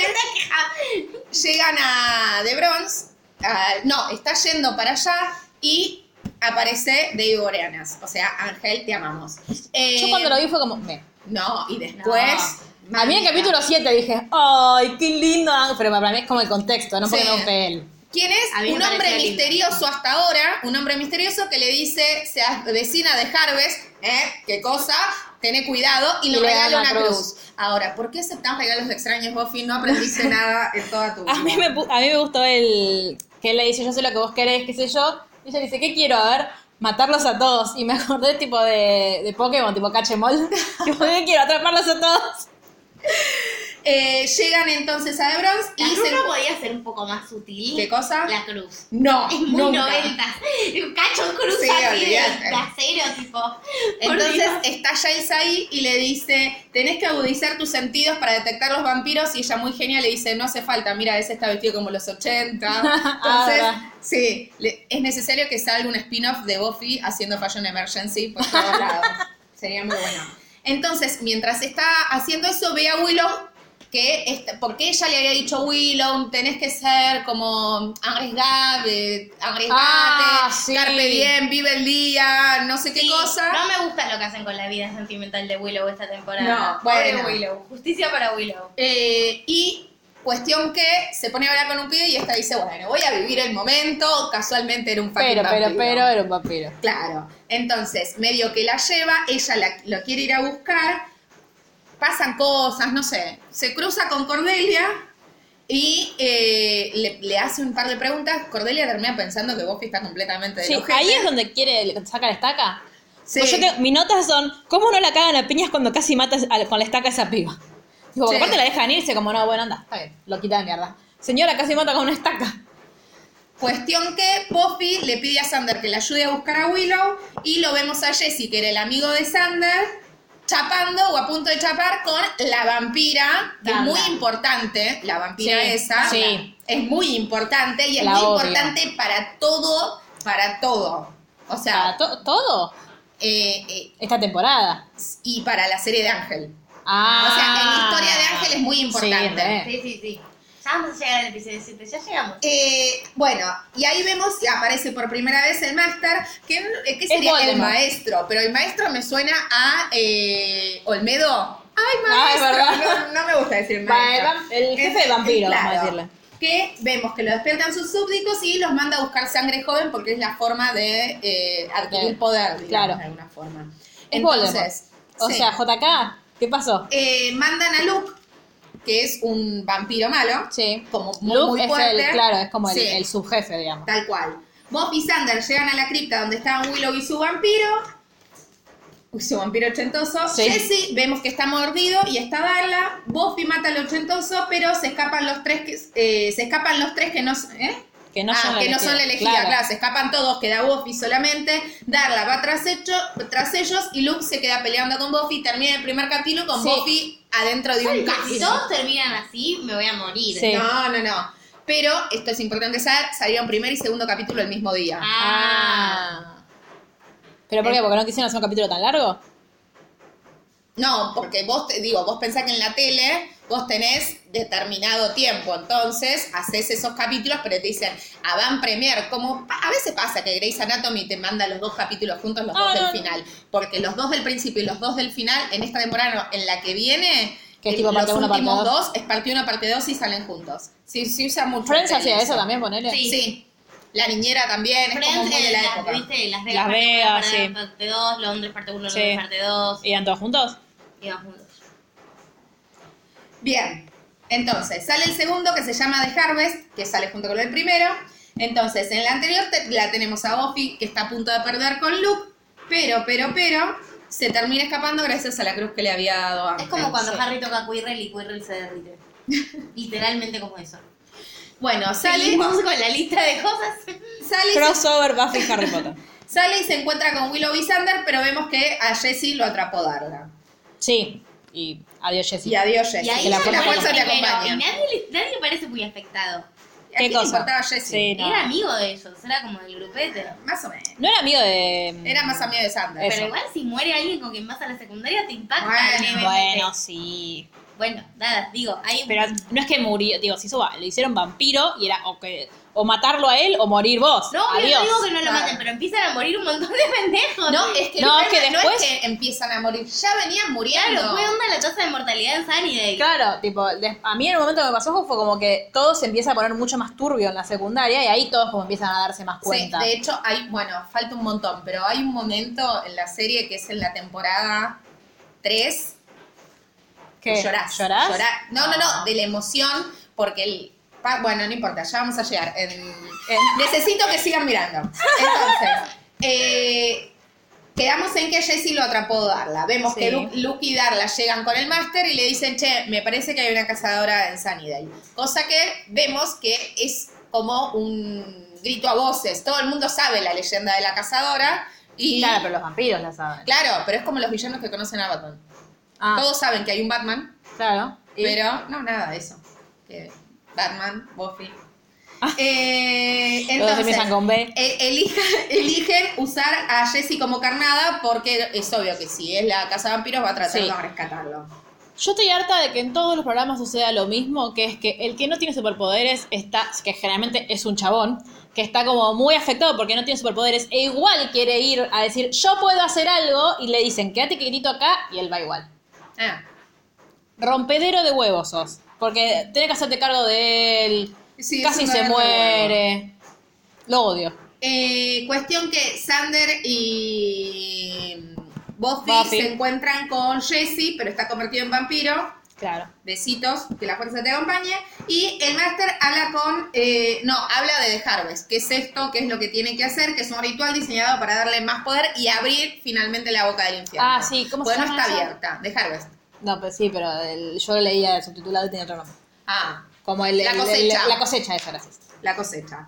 B: llegan a The Bronze, ah, no, está yendo para allá y aparece Dave Boreanas. O sea, Ángel, te amamos. Eh,
A: Yo cuando lo vi fue como, me.
B: No, y
A: Pues,
B: después...
A: Ah. A mí en el
B: mamita.
A: capítulo 7 dije, ¡ay, qué lindo! Ángel", Pero para mí es como el contexto, no porque
B: Sí.
A: no fue él.
B: ¿Quién
C: A mí
B: es?
C: me
B: Un hombre
C: pareció lindo.
B: misterioso hasta ahora, un hombre misterioso que le dice, se vecina de Harvest, ¿eh? ¿Qué cosa? Tené cuidado y le regala una cruz. Ahora, ¿por qué aceptás regalos de extraños, Buffy? No
C: *laughs*
B: aprendiste nada en toda tu vida.
A: A mí, me, pu- a mí me gustó el que él le dice, yo sé lo que vos querés, qué sé yo. Y ella dice, ¿qué quiero? A ver, matarlos a todos. Y me acordé tipo de, de Pokémon, tipo Cachemol. *laughs* tipo, ¿qué quiero? Atraparlos a todos.
B: Eh, llegan entonces a The Bronze
C: La
B: y
C: cruz
B: se...
C: no podía ser un poco más sutil.
B: ¿Qué cosa?
C: La cruz.
B: No,
C: Es muy
B: nunca.
C: noventas. Cacho cruz
B: Sí,
C: así de
B: olvídate.
C: trasero, tipo. *laughs* por
B: Entonces
C: Dios.
B: está Giles ahí y le dice, tenés que agudizar tus sentidos para detectar los vampiros y ella muy genial le dice, no hace falta, mira, ese está vestido como los
C: *laughs*
B: 80.
A: Ah,
B: Entonces,
A: verdad.
B: sí, le- es necesario que salga un spin-off de Buffy haciendo Fashion Emergency por
C: *laughs*
B: todos lados. Sería muy bueno. Entonces, mientras está haciendo eso, ve a Willow que esta- porque ella le había dicho Willow, tenés que ser como arriesgá, eh, arriesgate,
A: Ah, sí.
B: carpe diem, vive el día, no sé qué
C: Sí,
B: cosa.
C: No me gusta lo que hacen con la vida sentimental de Willow esta temporada.
B: No,
C: Pobre
B: bueno.
C: Willow. Justicia para Willow.
B: Eh, y cuestión que se pone a hablar con un pibe y esta dice, bueno, voy a vivir el momento, casualmente era un fucking
A: Pero, pero,
B: vampiro.
A: pero, eh. era un vampiro.
B: Claro, entonces, medio que la lleva, ella la- lo quiere ir a buscar, pasan cosas, no sé, se cruza con Cordelia y eh, le, le hace un par de preguntas, Cordelia termina pensando que Buffy está completamente de
A: Sí, ahí es donde quiere sacar la estaca.
B: Sí.
A: Pues yo tengo- mis notas son, ¿cómo no la cagan a piñas cuando casi matas al- con la estaca a esa piba? Digo, porque
B: Sí.
A: aparte la dejan irse como, no, bueno, anda, está bien, lo quita de mierda. Señora, casi mata con una estaca.
B: Cuestión que Buffy le pide a Sander que le ayude a buscar a Willow y lo vemos a Jesse, que era el amigo de Sander, chapando o a punto de chapar con la vampira, que es
C: Darla.
B: muy importante, la vampira
A: Sí,
B: esa,
A: sí.
B: es muy importante y es
A: La
B: muy
A: odio.
B: importante para todo, para todo. O
A: Para
B: sea,
A: Ah, to- todo
B: eh, eh,
A: esta temporada.
B: y para la serie de Ángel.
A: Ah.
B: O sea, en la historia de Ángel es muy importante.
A: Sí, re.
C: Sí, sí, sí. Ya vamos a llegar al episodio 7, ya llegamos.
B: Eh, bueno, y ahí vemos que aparece por primera vez el Master, que, eh, que
A: Es
B: sería el
A: Voldemort.
B: maestro, pero el maestro me suena a eh, Olmedo. Ay, maestro.
A: Ah, es verdad.
B: No, no me gusta decir
A: Va, el
B: maestro.
A: vam- el jefe
B: Es-
A: de vampiros,
B: claro,
A: vamos a decirle.
B: Que vemos que lo despiertan sus súbditos y los manda a buscar sangre joven porque es la forma de eh, adquirir
A: Bien.
B: poder, digamos,
A: Claro.
B: de alguna forma.
A: Es
B: Entonces,
A: O
B: sí.
A: sea, JK, ¿qué pasó?
B: Eh, mandan a Luke, que es un vampiro malo,
A: Sí.
B: como muy,
A: Luke
B: muy
A: es
B: fuerte.
A: el, claro, es como el,
B: Sí.
A: el subjefe, digamos.
B: Tal cual. Bob y Sander llegan a la cripta donde estaban Willow y su vampiro. Uy, su vampiro ochentoso.
A: Sí.
B: Jesse, vemos que está mordido y está Darla. Buffy mata al ochentoso, pero se escapan los tres que, eh, se escapan los tres que no, s- ¿eh?
A: Que no,
B: Ah,
A: son, la
B: que no son la elegida, claro. se escapan todos, queda Buffy solamente, Darla va tras, hecho- tras ellos y Luke se queda peleando con Buffy, termina el primer capítulo con
A: Sí.
B: Buffy adentro de un
C: Si
B: casco.
C: todos terminan así, me voy a morir.
A: Sí.
B: No, no, no. Pero esto es importante saber, salieron primer y segundo capítulo el mismo día.
C: Ah.
A: ¿Pero por qué? ¿Porque no quisieron hacer un capítulo tan largo?
B: No, porque vos, te- digo, vos pensás que en la tele vos tenés determinado tiempo, entonces haces esos capítulos, pero te dicen, a van premier, como pa- a veces pasa que Grey's Anatomy te manda los dos capítulos juntos, los
A: Ah,
B: dos
A: no,
B: del
A: no.
B: final, porque los dos del principio y los dos del final, en esta temporada, no, en la que viene,
A: Que es tipo parte
B: los
A: uno, parte
B: últimos
A: dos.
B: dos es parte uno, parte dos y salen juntos. Sí, sí usa mucho.
A: Friends
B: en
A: hacía
B: tele
A: eso también, ponele.
C: Sí.
B: Sí, la niñera también, es como
C: Friends,
B: muy de
C: eh,
B: la
C: las,
B: época.
C: ¿viste? Las Vegas,
A: Las
C: parte
A: Vegas,
C: uno, parte
A: sí.
C: dos, parte 2, Londres parte 1,
A: Sí.
C: Londres parte 2,
A: ¿Iban todos juntos?
C: iban juntos.
B: Bien, entonces sale el segundo que se llama The Harvest, que sale junto con el primero. Entonces, en la anterior te- la tenemos a Buffy, que está a punto de perder con Luke, pero, pero, pero, se termina escapando gracias a la cruz que le había dado antes.
C: Es como cuando
B: Ah, Sí.
C: Harry toca Quirrell y Quirrell se
B: *laughs*
C: derrite. Literalmente como eso.
B: Bueno, sale,
C: Salimos con la lista de cosas.
B: sale, y se-
A: Crossover Buffy y Harry Potter.
B: sale y se encuentra con Willow y Sander, pero vemos que a Jesse lo atrapó Darla.
A: Sí. Y adiós, Jessie.
B: Y adiós, Jesse.
C: Y ahí
A: que la
C: ya
B: la,
A: fuerza-
B: fuerza te
C: primero,
B: acompaña.
C: Y nadie, le- nadie parece muy afectado.
B: ¿A quién le
A: cosa?
B: importaba Jesse?
A: Sí. No.
C: Era amigo de ellos, era como del grupete.
B: Más o menos.
A: No era amigo de...
B: Era más amigo de Sander.
A: Eso.
C: Pero igual si muere alguien con quien vas a la secundaria te impacta.
B: Bueno,
C: levemente.
A: Bueno, sí.
C: Bueno, nada, digo, hay un...
A: Pero no es que murió, digo, se hizo, va- lo hicieron vampiro y era o, que, o matarlo a él o morir vos.
C: no, obvio,
A: Adiós.
C: no digo que no lo
B: Claro.
C: maten, pero empiezan a morir un montón de pendejos.
B: No, es que,
A: No,
B: el
A: es que
B: problema
A: después-
B: no es que empiezan a morir, ya venían muriendo.
C: Claro, fue onda la tasa de mortalidad en Sunnydale.
A: Claro, tipo, des- a mí en el momento que me pasó fue como que todo se empieza a poner mucho más turbio en la secundaria y ahí todos como empiezan a darse más
B: Sí,
A: cuenta.
B: de hecho, hay, bueno, falta un montón, pero hay un momento en la serie que es en la temporada 3
A: ¿Qué?
B: que llorás.
A: ¿Llorás? Ah.
B: Llorá- No, no, no, de la emoción, porque el. pa- Bueno, no importa, ya vamos a llegar. En- en- necesito que sigan mirando.
A: *laughs*
B: Entonces, eh, quedamos en que Jesse lo atrapó Darla. Vemos
A: Sí.
B: que Luke, Luke y Darla llegan con el máster y le dicen, che, me parece que hay una cazadora en Sunnydale. Cosa que vemos que es como un grito a voces. Todo el mundo sabe la leyenda de la cazadora. Y,
A: Claro, pero los vampiros la saben.
B: Claro, pero es como los villanos que conocen a Batman.
A: Ah,
B: Todos saben que hay un Batman,
A: claro. Y-
B: pero no, nada de eso. Que Batman, Buffy. Eh,
A: Ah. Todos
B: entonces,
A: empiezan con B.
B: eh, elija- eligen usar a Jesse como carnada porque es obvio que si es la casa de vampiros va a tratar
A: Sí.
B: de rescatarlo.
A: Yo estoy harta de que en todos los programas suceda lo mismo, que es que el que no tiene superpoderes está, que generalmente es un chabón, que está como muy afectado porque no tiene superpoderes, e igual quiere ir a decir, yo puedo hacer algo, y le dicen, quédate quietito acá, y él va igual.
B: Ah,
A: Rompedero de huevos sos, porque tenés que hacerte cargo de él,
B: Sí, es
A: casi
B: un
A: se
B: verdadero
A: muere. Lo odio.
B: eh, cuestión que Sander y Buffy,
A: Buffy.
B: se encuentran con Jesse, pero está convertido en vampiro.
A: Claro.
B: Besitos, que la fuerza te acompañe. Y el máster habla con. eh, no, habla de The Harvest. ¿Qué es esto? ¿Qué es lo que tiene que hacer? Que es un ritual diseñado para darle más poder y abrir finalmente la boca del infierno.
A: Ah, sí, ¿cómo se
B: Porque
A: llama
B: no está
A: eso?
B: abierta. The Harvest.
A: No, pues sí, pero el- yo leía el subtitulado y tenía otro nombre.
B: Ah,
A: Como el,
B: La
A: el- el-
B: cosecha.
A: la cosecha, eso, gracias.
B: la cosecha.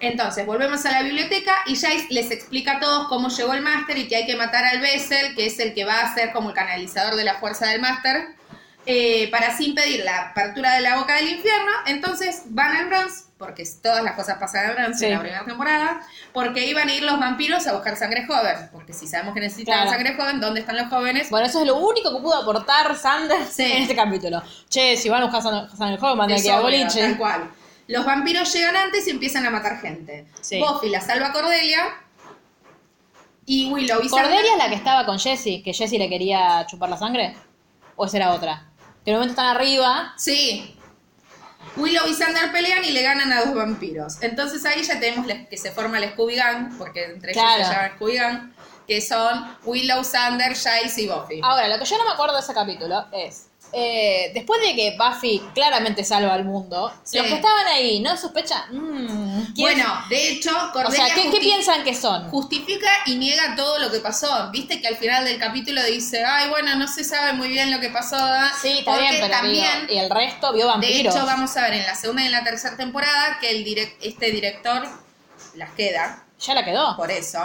B: Entonces, volvemos a la biblioteca y Jace les explica a todos cómo llegó el máster y que hay que matar al Bessel, que es el que va a ser como el canalizador de la fuerza del máster, eh, para así impedir la apertura de la boca del infierno. Entonces, van al Bronze, porque todas las cosas pasan en Bronze
A: Sí.
B: en la primera temporada, porque iban a ir los vampiros a buscar sangre joven, porque si sabemos que necesitan
A: Claro.
B: sangre joven, ¿dónde están los jóvenes?
A: Bueno, eso es lo único que pudo aportar Sanders
B: Sí.
A: en este capítulo. Che, si van a buscar San, San el Juego, mandan que
B: Eso,
A: a
B: Tal
A: boliche.
B: cual. Los vampiros llegan antes y empiezan a matar gente.
A: Sí.
B: Buffy la salva a Cordelia. Y Willow y Sander-
A: ¿Cordelia es la que estaba con Jesse? ¿Que Jesse le quería chupar la sangre? ¿O esa era otra? Que en un momento están arriba.
B: Sí. Willow y Sander pelean y le ganan a dos vampiros. Entonces ahí ya tenemos la- que se forma el Scooby Gang, porque entre
A: Claro.
B: ellos se llaman Scooby Gang, que son Willow, Sander, Giles y Buffy.
A: Ah, Ahora, lo que yo no me acuerdo de ese capítulo es eh, después de que Buffy claramente salva al mundo,
B: Sí.
A: los que estaban ahí, ¿no sospechan? Mm, ¿quién-
B: Bueno, de hecho,
A: o
B: Cordelia
A: sea, ¿qué, qué
B: justi-
A: piensan que son?
B: justifica y niega todo lo que pasó. Viste que al final del capítulo dice, ay, bueno, no se sabe muy bien lo que pasó. ¿verdad?".
A: Sí, está
B: Porque
A: bien, pero
B: también,
A: digo, y el resto vio
B: de
A: vampiros.
B: hecho, vamos a ver en la segunda y en la tercera temporada que el direc- este director las queda,
A: ya la quedó.
B: por eso.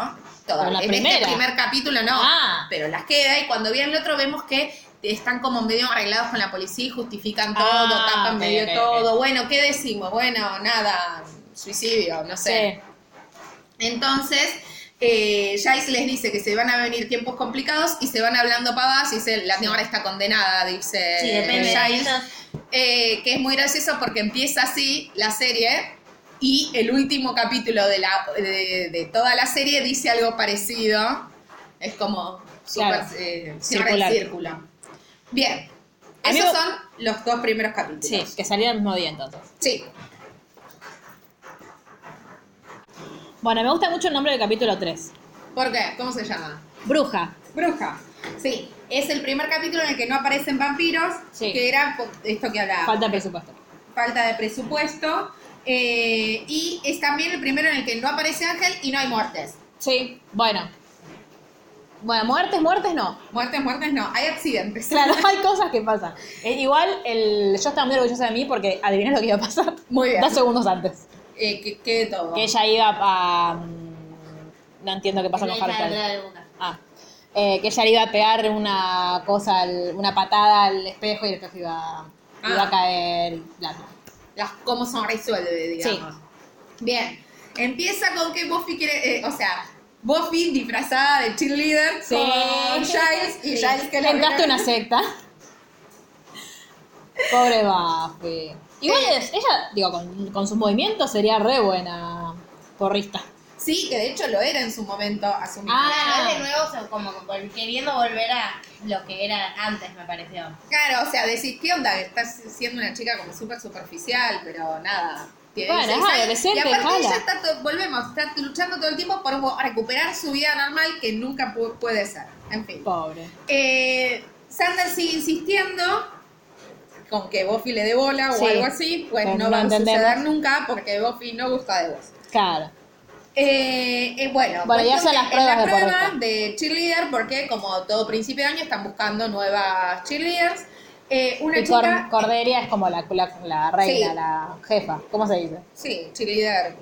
A: Pero la
B: en este
A: primera.
B: primer capítulo no,
A: Ah.
B: pero las queda y cuando viene el otro vemos que están como medio arreglados con la policía y justifican todo,
A: Ah,
B: tapan
A: ok,
B: medio
A: ok, ok.
B: todo. Bueno, ¿qué decimos? Bueno, nada, suicidio, no sé.
A: Sí.
B: Entonces, eh, Giles les dice que se van a venir tiempos complicados y se van hablando pavadas y dice, la señora está condenada, dice
C: Sí, depende.
B: Giles.
C: Entonces,
B: Eh, que es muy gracioso porque empieza así la serie y el último capítulo de, la, de, de toda la serie dice algo parecido. Es como
A: Claro.
B: super, eh, cierra el
A: Circular.
B: círculo. Bien,
A: A mí
B: esos
A: me-
B: son los dos primeros capítulos.
A: Sí, que salía el mismo día entonces.
B: Sí.
A: Bueno, me gusta mucho el nombre del capítulo 3.
B: ¿Por qué? ¿Cómo se llama?
A: Bruja.
B: Bruja. Sí, es el primer capítulo en el que no aparecen vampiros,
A: Sí.
B: que era po- esto que hablaba.
A: Falta de presupuesto.
B: falta de presupuesto. eh, y es también el primero en el que no aparece Ángel y no hay muertes.
A: Sí, bueno. Bueno, muertes, muertes no.
B: Muertes, muertes no, hay accidentes. *laughs*
A: Claro, *laughs* hay cosas que pasan. Eh, igual, el, yo estaba muy orgullosa de mí porque adiviné lo que iba a pasar. *laughs*
B: Muy bien.
A: Dos segundos antes.
B: Eh, que, que todo.
A: Que ella iba a... mm, No entiendo qué pasa
C: la
A: con
C: hija de
A: Harper.
C: Andrea de Boca.
A: Ah. Eh, que ella le iba a pegar una cosa, al- una patada al espejo y el espejo iba, iba
B: Ah.
A: a caer. bla, bla.
B: Las, cómo son resuelve, digamos. Bien, empieza con que Buffy quiere, eh, o sea, Buffy disfrazada de cheerleader
A: Sí.
B: con Giles y
A: Sí.
B: Giles que le
A: Entraste a una
B: *laughs*
A: secta. Pobre Buffy. Igual es, ella, digo, con, con sus movimientos sería re buena porrista.
B: Sí, que de hecho lo era en su momento, asumimos.
A: Ah.
C: Claro, es de nuevo so- como vol- queriendo volver a lo que era antes, me pareció.
B: Claro, o sea, decís, ¿qué onda? Estás siendo una chica como súper superficial, pero nada. tiene
A: Bueno,
B: 16
A: es
B: años.
A: adolescente,
B: Y aparte
A: jala.
B: ella está, to- volvemos, está luchando todo el tiempo por vo- recuperar su vida normal que nunca pu- puede ser. En fin.
A: Pobre.
B: Eh, Sanders sigue insistiendo con que Buffy le dé bola o
A: Sí.
B: algo así, pues
A: Pero
B: no,
A: no
B: va
A: entendemos.
B: a suceder nunca porque Buffy no gusta de vos.
A: Claro.
B: Eh, eh, bueno,
A: Bueno, ya
B: cuestión
A: hacen
B: que
A: las
B: en la
A: pruebas de
B: prueba
A: correcta.
B: de cheerleader, porque como todo principio de año están buscando nuevas cheerleaders. Eh, una
A: Y Cor-
B: chica.
A: Cordelia es como la, la, la reina,
B: Sí.
A: la jefa. ¿Cómo se dice?
B: Sí, cheerleader,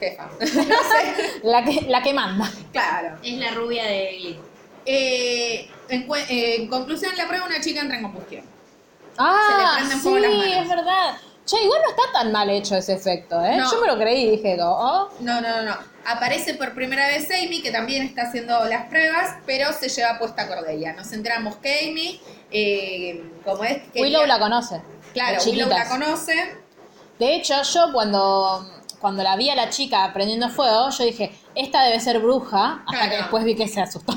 B: jefa. *laughs* No sé,
A: La que, la que manda.
B: claro.
C: Es la rubia de Glee.
B: Eh, en, cue- eh, en conclusión, en la prueba una chica entra en combustión.
A: Ah,
B: prenden
A: sí,
B: fuego las manos.
A: es verdad. Che, igual no está tan mal hecho ese efecto, ¿eh?
B: No.
A: Yo me lo creí y dije, oh,
B: No, no, no, no. Aparece por primera vez Amy, que también está haciendo las pruebas, pero se lleva puesta a Cordelia. Nos enteramos que Amy, eh, como es que.
A: Willow la conoce.
B: Claro,
A: de
B: Willow la
A: chiquitas.
B: conoce.
A: De hecho, yo cuando, cuando la vi a la chica prendiendo fuego, yo dije, esta debe ser bruja, hasta
B: Claro.
A: que después vi que se asustó.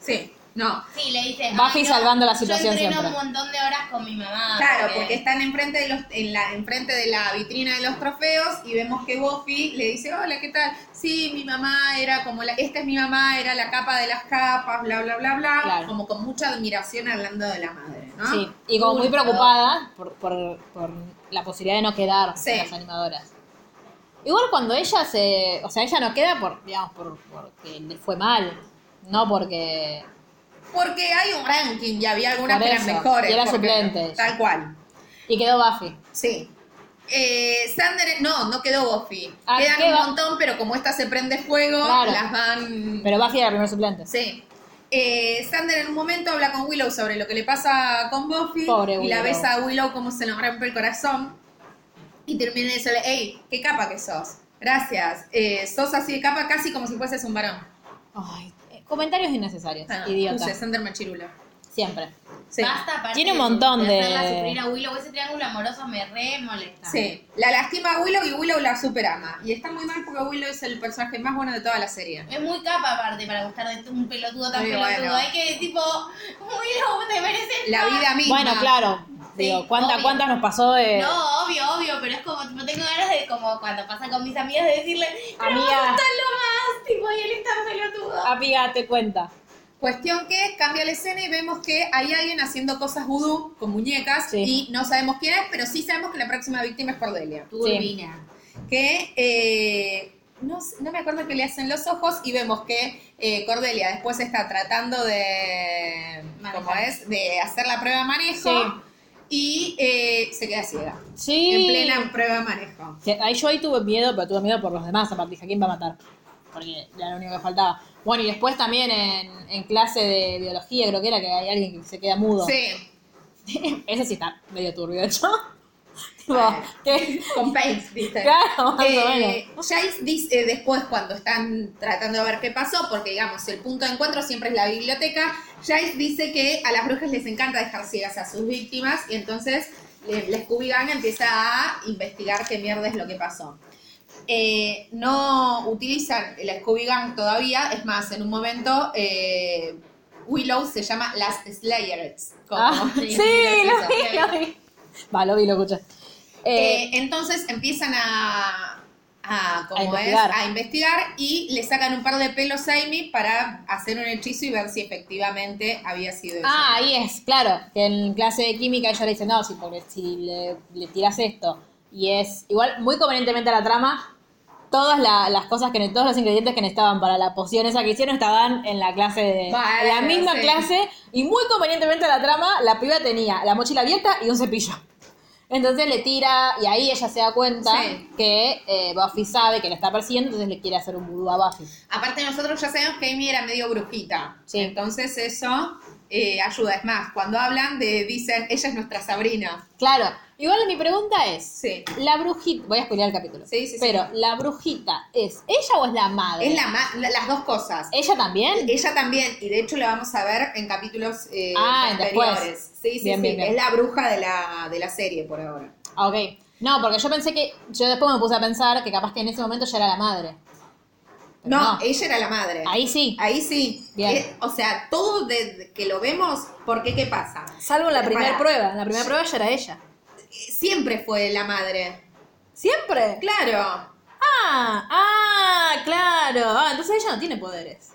B: Sí, no.
C: Sí, le dice. "Ay,
A: Buffy salvando la situación
C: Yo entreno
A: siempre".
C: un montón de horas con mi
A: Ah,
C: mamá.
B: Claro, porque están enfrente de los, en la, enfrente de la vitrina de los trofeos y vemos que Buffy le dice, hola, ¿qué tal? Sí, mi mamá era como la, esta es mi mamá, era la capa de las capas, bla, bla, bla, bla.
A: Claro.
B: Como con mucha admiración hablando de la madre, ¿no?
A: Sí, y como muy preocupada por, por- por la posibilidad de no quedar
B: Sí.
A: con las animadoras. Igual cuando ella se, o sea, ella no queda por, digamos, por, porque le fue mal, no porque
B: Porque hay un ranking y había algunas
A: Por
B: que eran
A: eso,
B: mejores.
A: y era
B: porque-
A: suplente.
B: Tal cual,
A: y quedó Buffy.
B: sí. Eh, Sander, no, no quedó Buffy.
A: Ah,
B: Quedan
A: ¿qué
B: un
A: va?
B: montón, pero como esta se prende fuego,
A: Claro.
B: las van...
A: Pero Buffy era la primer suplente.
B: Sí. Eh, Sander en un momento habla con Willow sobre lo que le pasa con Buffy.
A: Pobre
B: y la
A: Willow.
B: besa a Willow como se le rompe el corazón. Y termina de decirle, hey, qué capa que sos. Gracias. Eh, sos así de capa casi como si fueses un varón.
A: Ay, eh, comentarios innecesarios,
B: Ah,
A: idiota.
B: puse Sander Machirula.
A: Siempre.
B: Sí.
C: Basta, aparte
A: Tiene un
C: de-
A: montón de-
C: hacerla sufrir a Willow, ese triángulo amoroso me re molesta.
B: Sí. La lastima a Willow y Willow la superama. Y está muy mal porque Willow es el personaje más bueno de toda la serie.
C: Es muy capa aparte para gustar de un pelotudo tan
B: Muy
C: pelotudo.
B: bueno.
C: Hay que tipo, Willow, te mereces
B: La
C: más".
B: vida misma.
A: Bueno, claro. Digo, ¿cuánta-
C: obvio.
A: ¿cuántas nos pasó de...?
C: No, obvio, obvio, pero es como, tipo, tengo ganas de, como cuando pasa con mis amigas, de decirle, pero
A: Amiga.
C: gustarlo más, tipo, y él está pelotudo.
A: Amiga, te cuenta.
B: Cuestión que cambia la escena y vemos que hay alguien haciendo cosas vudú con muñecas
A: Sí.
B: y no sabemos quién es, pero sí sabemos que la próxima víctima es Cordelia.
C: Turbina.
B: Que eh, no, sé- no me acuerdo que le hacen los ojos y vemos que eh, Cordelia después está tratando de,
C: Manejar.
B: ¿cómo es? de hacer la prueba de manejo
A: Sí.
B: y eh, se queda ciega.
A: Sí.
B: En plena prueba de manejo.
A: Que ahí yo ahí tuve miedo, pero tuve miedo por los demás. Aparte dije, ¿a ¿quién va a matar? Porque era lo único que faltaba. Bueno, y después también en, en clase de biología, creo que era, que hay alguien que se queda mudo.
B: Sí,
A: Ese sí está medio turbio, *laughs* hecho. Tipo,
B: Bueno.
A: que-
B: con Pace, ¿viste?
A: Claro, *laughs* más o menos.
B: Eh, Giles dice eh, después cuando están tratando de ver qué pasó, porque digamos, el punto de encuentro siempre es la biblioteca, Giles dice que a las brujas les encanta dejar ciegas a sus víctimas y entonces le- la Scooby Gang empieza a investigar qué mierda es lo que pasó. Eh, no utilizan la Scooby Gang todavía, es más, en un momento eh, Willow se llama las Slayers. como-
A: Ah,
B: *laughs*
A: sí, lo vi,
B: Eso.
A: lo vi. Va, lo vi, lo escuché. Eh,
B: Eh, entonces empiezan a, a, ¿cómo
A: A
B: es?
A: investigar.
B: a investigar y le sacan un par de pelos a Amy para hacer un hechizo y ver si efectivamente había sido eso.
A: ah, ahí es, claro. Que en clase de química ella le dice, no, si, porque si le, le tiras esto. Y es, igual, muy convenientemente a la trama, todas la- las cosas que, todos los ingredientes que necesitaban para la poción esa que hicieron estaban en la clase de,
B: Bueno,
A: en la misma
B: sí.
A: clase. Y muy convenientemente a la trama, la piba tenía la mochila abierta y un cepillo. Entonces le tira, y ahí ella se da cuenta
B: Sí.
A: que eh, Buffy sabe que la está persiguiendo, entonces le quiere hacer un vudú a Buffy.
B: Aparte nosotros ya sabemos que Amy era medio brujita.
A: Sí.
B: Entonces eso eh, ayuda. Es más, cuando hablan de, dicen, ella es nuestra Sabrina.
A: Claro. Igual mi pregunta es,
B: Sí.
A: la brujita, voy a spoilear el capítulo.
B: Sí, sí, sí.
A: Pero la brujita es ella o es la madre?
B: Es la, ma- la- las dos cosas.
A: Ella también.
B: Ella también, y de hecho la vamos a ver en capítulos eh,
A: Ah, después.
B: anteriores. Sí, sí,
A: Bien,
B: sí.
A: bien, bien.
B: Es la bruja de la, de la serie por ahora.
A: Ah, ok. No, porque yo pensé que yo después me puse a pensar que capaz que en ese momento ya era la madre. Pero
B: No, ella era la madre.
A: Ahí sí.
B: Ahí sí.
A: Bien.
B: Eh, o sea, todo desde que lo vemos, ¿por qué qué pasa?
A: Salvo en la primera
B: Pará.
A: prueba. En la primera prueba ya era ella.
B: Siempre fue la madre.
A: Siempre.
B: Claro.
A: Ah, ah, claro. Ah, entonces ella no tiene poderes.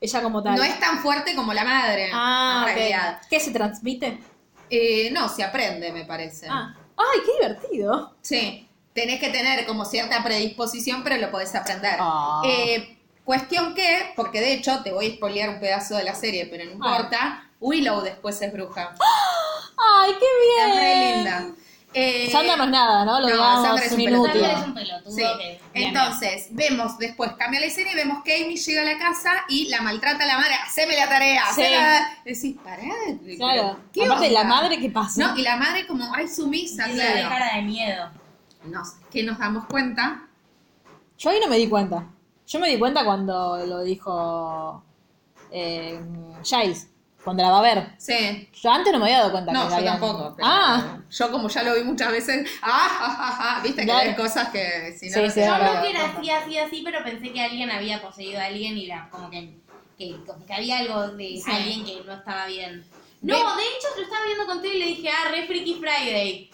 A: Ella como tal.
B: No es tan fuerte como la madre.
A: Ah,
B: en
A: ok.
B: realidad.
A: ¿Qué se transmite?
B: Eh, no, se aprende, me parece.
A: Ah. Ay, qué divertido.
B: Sí. Tenés que tener como cierta predisposición, pero lo podés aprender.
A: Ah.
B: Eh, cuestión que, porque de hecho te voy a spoilear un pedazo de la serie, pero no
A: Ah.
B: importa. Willow después es bruja.
A: Ay, qué bien.
B: Es re linda. Eh,
A: Sandra no es nada, ¿no? Lo
B: no,
A: digamos,
B: Sandra es
A: un
B: un
A: inútil.
B: pelotudo.
C: Sandra es un pelotudo
B: Sí.
C: que-
B: Entonces, vemos después, cambia la escena y vemos que Amy llega a la casa y la maltrata a la madre. Haceme la tarea,
A: Sí.
B: haceme la... Decís, pará. pero
A: Claro.
B: ¿qué
A: Aparte,
B: onda?".
A: la madre que pasa.
B: No, y la madre como, ay, sumisa,
C: Tiene
B: claro.
C: la cara de miedo.
B: Nos- que nos damos cuenta.
A: Yo ahí no me di cuenta. Yo me di cuenta cuando lo dijo eh, Giles, cuando la va a ver.
B: Sí.
A: Yo antes no me había dado cuenta.
B: No,
A: que
B: yo
A: la habían-
B: tampoco. pero
A: Ah,
B: Yo como ya lo vi muchas veces, *laughs* ah, ah, ah, ah, viste que
A: Claro.
B: hay cosas que si no,
A: Sí,
B: no
A: sí,
B: se
A: es
C: Yo
A: verdad.
B: llama.
C: no que era así, así, así, pero pensé que alguien había poseído a alguien y la, como que, que, como que había algo de
B: Sí.
C: alguien que no estaba bien. No, de hecho lo estaba viendo contigo y le dije, ah, re Freaky Friday,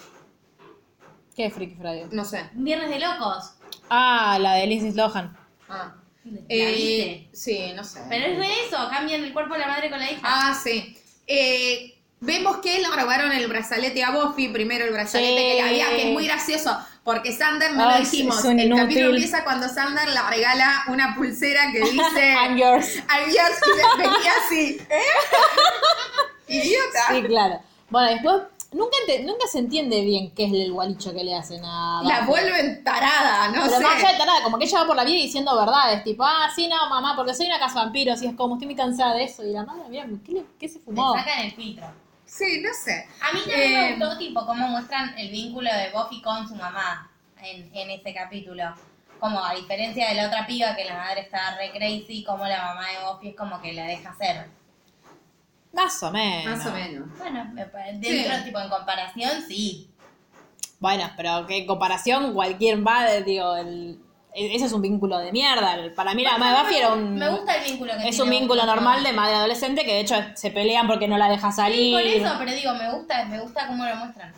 A: qué Freaky Friday.
B: No sé.
C: un viernes de locos.
A: Ah, la de Lindsay Lohan.
B: Ah.
C: La
B: Eh,
C: viste.
B: sí, no sé.
C: Pero es de eso, cambian el cuerpo de la madre con la hija.
B: Ah, sí. Eh, vemos que le robaron el brazalete a Buffy, primero el brazalete
A: Sí.
B: que le había, que es muy gracioso, porque Sander no
A: Ay,
B: lo dijimos.
A: es un
B: el
A: inútil.
B: capítulo empieza cuando Sander le regala una pulsera
A: *laughs*
B: que dice
A: I'm Eh. yours.
B: I'm yours", y se venía
A: *laughs*
B: así. ¿eh? Idiota.
A: Sí, claro. Bueno, después nunca, ente- nunca se entiende bien qué es el gualicho que le hacen a.
B: La
A: Buffy.
B: vuelven tarada, no
A: Pero
B: sé.
A: más allá de tarada, como que ella va por la vida diciendo verdades, tipo, ah, sí, no, mamá, porque soy una casa vampiro, y es como, estoy muy cansada de eso. Y la madre, mira, ¿qué, le- qué se fumó?
C: Le sacan el filtro. A
B: Sí, no sé.
C: mí también
B: Eh,
C: me gustó, tipo, cómo muestran el vínculo de Buffy con su mamá en, en ese capítulo. Como a diferencia de la otra piba que la madre estaba re crazy, como la mamá de Buffy es como que la deja hacer.
A: Más o menos.
B: Más o menos.
C: Bueno, me pare- dentro,
B: Sí.
C: tipo, en comparación, sí.
A: Bueno, pero que en comparación, cualquier madre, digo, el, e- ese es un vínculo de mierda. El- Para mí, la mamá de Buffy era un.
C: Me gusta el vínculo que
A: Es
C: tiene
A: un vínculo
C: Buffy con
A: normal
C: su
A: de
C: mamá.
A: madre adolescente que de hecho se pelean porque no la deja
C: Sí,
A: salir.
C: por eso, pero digo, me gusta, me gusta cómo lo muestran.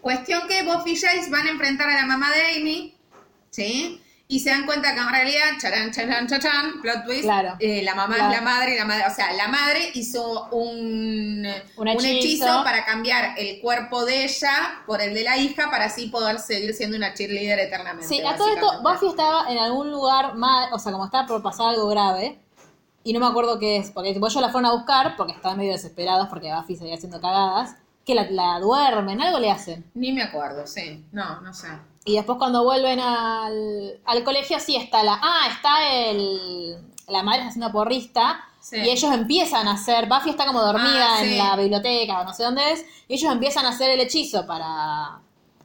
B: Cuestión que Buffy y Jace van a enfrentar a la mamá de Amy, ¿sí? Y se dan cuenta que en realidad, charán, charán, charán, plot twist,
A: Claro.
B: eh, la mamá
A: Claro.
B: es la madre, y la madre, o sea, la madre hizo un,
A: Un
B: un
A: hechizo.
B: hechizo. para cambiar el cuerpo de ella por el de la hija para así poder seguir siendo una cheerleader eternamente.
A: Sí, a todo esto, Buffy
B: básicamente.
A: estaba en algún lugar mal, o sea, como estaba por pasar algo grave, y no me acuerdo qué es, porque tipo, ellos la fueron a buscar porque estaban medio desesperados porque Buffy seguía haciendo cagadas, que la, la duermen, algo le hacen.
B: Ni me acuerdo, sí. No, no sé.
A: Y después cuando vuelven al, al colegio, sí está la. Ah, está el. La madre está haciendo porrista.
B: Sí.
A: Y ellos empiezan a hacer. Buffy está como dormida
B: Ah, sí.
A: en la biblioteca o no sé dónde es. Y ellos empiezan a hacer el hechizo para.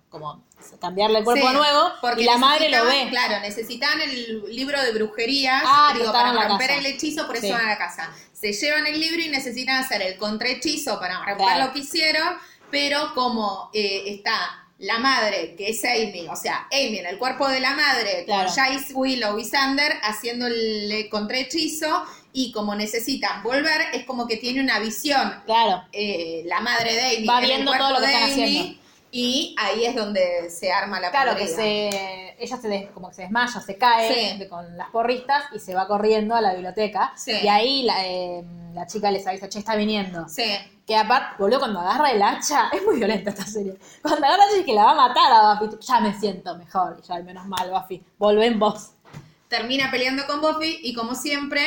A: Como cambiarle el cuerpo
B: Sí,
A: de nuevo.
B: porque
A: y la madre lo
B: necesitaban-
A: ve.
B: Claro, necesitaban el libro de brujerías
A: Ah, que
B: digo,
A: estaba
B: para
A: en la
B: romper
A: casa.
B: el hechizo, por eso
A: Sí.
B: van a la casa. Se llevan el libro y necesitan hacer el contrahechizo para romper
A: Claro.
B: lo que hicieron, pero como eh, está la madre, que es Amy, o sea, Amy en el cuerpo de la madre,
A: Claro.
B: con Jace, Willow y Sander haciendo el contrahechizo, y como necesitan volver, es como que tiene una visión
A: Claro.
B: eh, la madre de Amy
A: Va
B: en el
A: viendo
B: cuerpo
A: todo lo que
B: de
A: están
B: Amy,
A: haciendo.
B: Y ahí es donde se arma la
A: Claro que
B: podrida.
A: se, ella se des- como que se desmaya, se cae
B: Sí.
A: de- con las porristas y se va corriendo a la biblioteca.
B: Sí.
A: Y ahí la, eh, la chica les avisa, che, está viniendo.
B: Sí.
A: Que aparte, boludo, cuando agarra el hacha, *laughs* es muy violenta esta serie. Cuando agarra el hacha es que la va a matar a Buffy. tipo, Ya me siento mejor, y ya al menos mal, Buffy. Volvé en vos.
B: Termina peleando con Buffy y como siempre,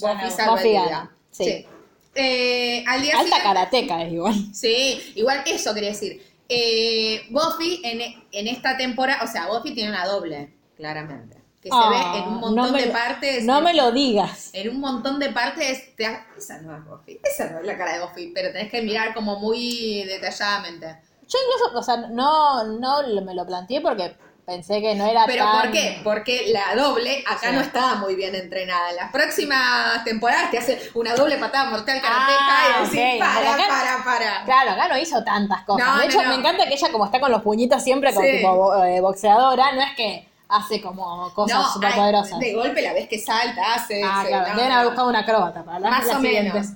A: Gana.
B: Buffy salva el
A: Buffy
B: día.
A: gana, sí.
B: Eh, al día
A: Alta
B: siguiente-
A: karateca es igual.
B: Sí, igual eso quería decir. Eh, Buffy en, en esta temporada, o sea, Buffy tiene una doble, claramente. Que se
A: Ah,
B: ve en un
A: no
B: montón
A: me
B: de
A: lo-
B: partes.
A: No me lo digas.
B: En un montón de partes te ha- Esa no es Buffy. Esa no es la cara de Buffy, pero tenés que mirar como muy detalladamente.
A: Yo incluso, o sea, no, no lo- me lo planteé porque pensé que no era
B: ¿Pero
A: tan...
B: por qué? Porque la doble acá
A: Sí.
B: no estaba muy bien entrenada. En las próximas temporadas te hace una doble patada mortal karateca
A: Ah,
B: y decís,
A: ok.
B: para,
A: Pero acá-
B: para, para.
A: Claro, acá no hizo tantas cosas.
B: No,
A: de hecho,
B: no, no.
A: me encanta que ella como está con los puñitos siempre como
B: Sí.
A: tipo bo- eh, boxeadora, no es que hace como
B: No,
A: cosas
B: ay,
A: super poderosas.
B: de golpe la ves que salta, hace.
A: Ah,
B: se-
A: claro,
B: no,
A: deben
B: no.
A: haber buscado un acróbata para las,
B: Más
A: las
B: o
A: siguientes.
B: menos.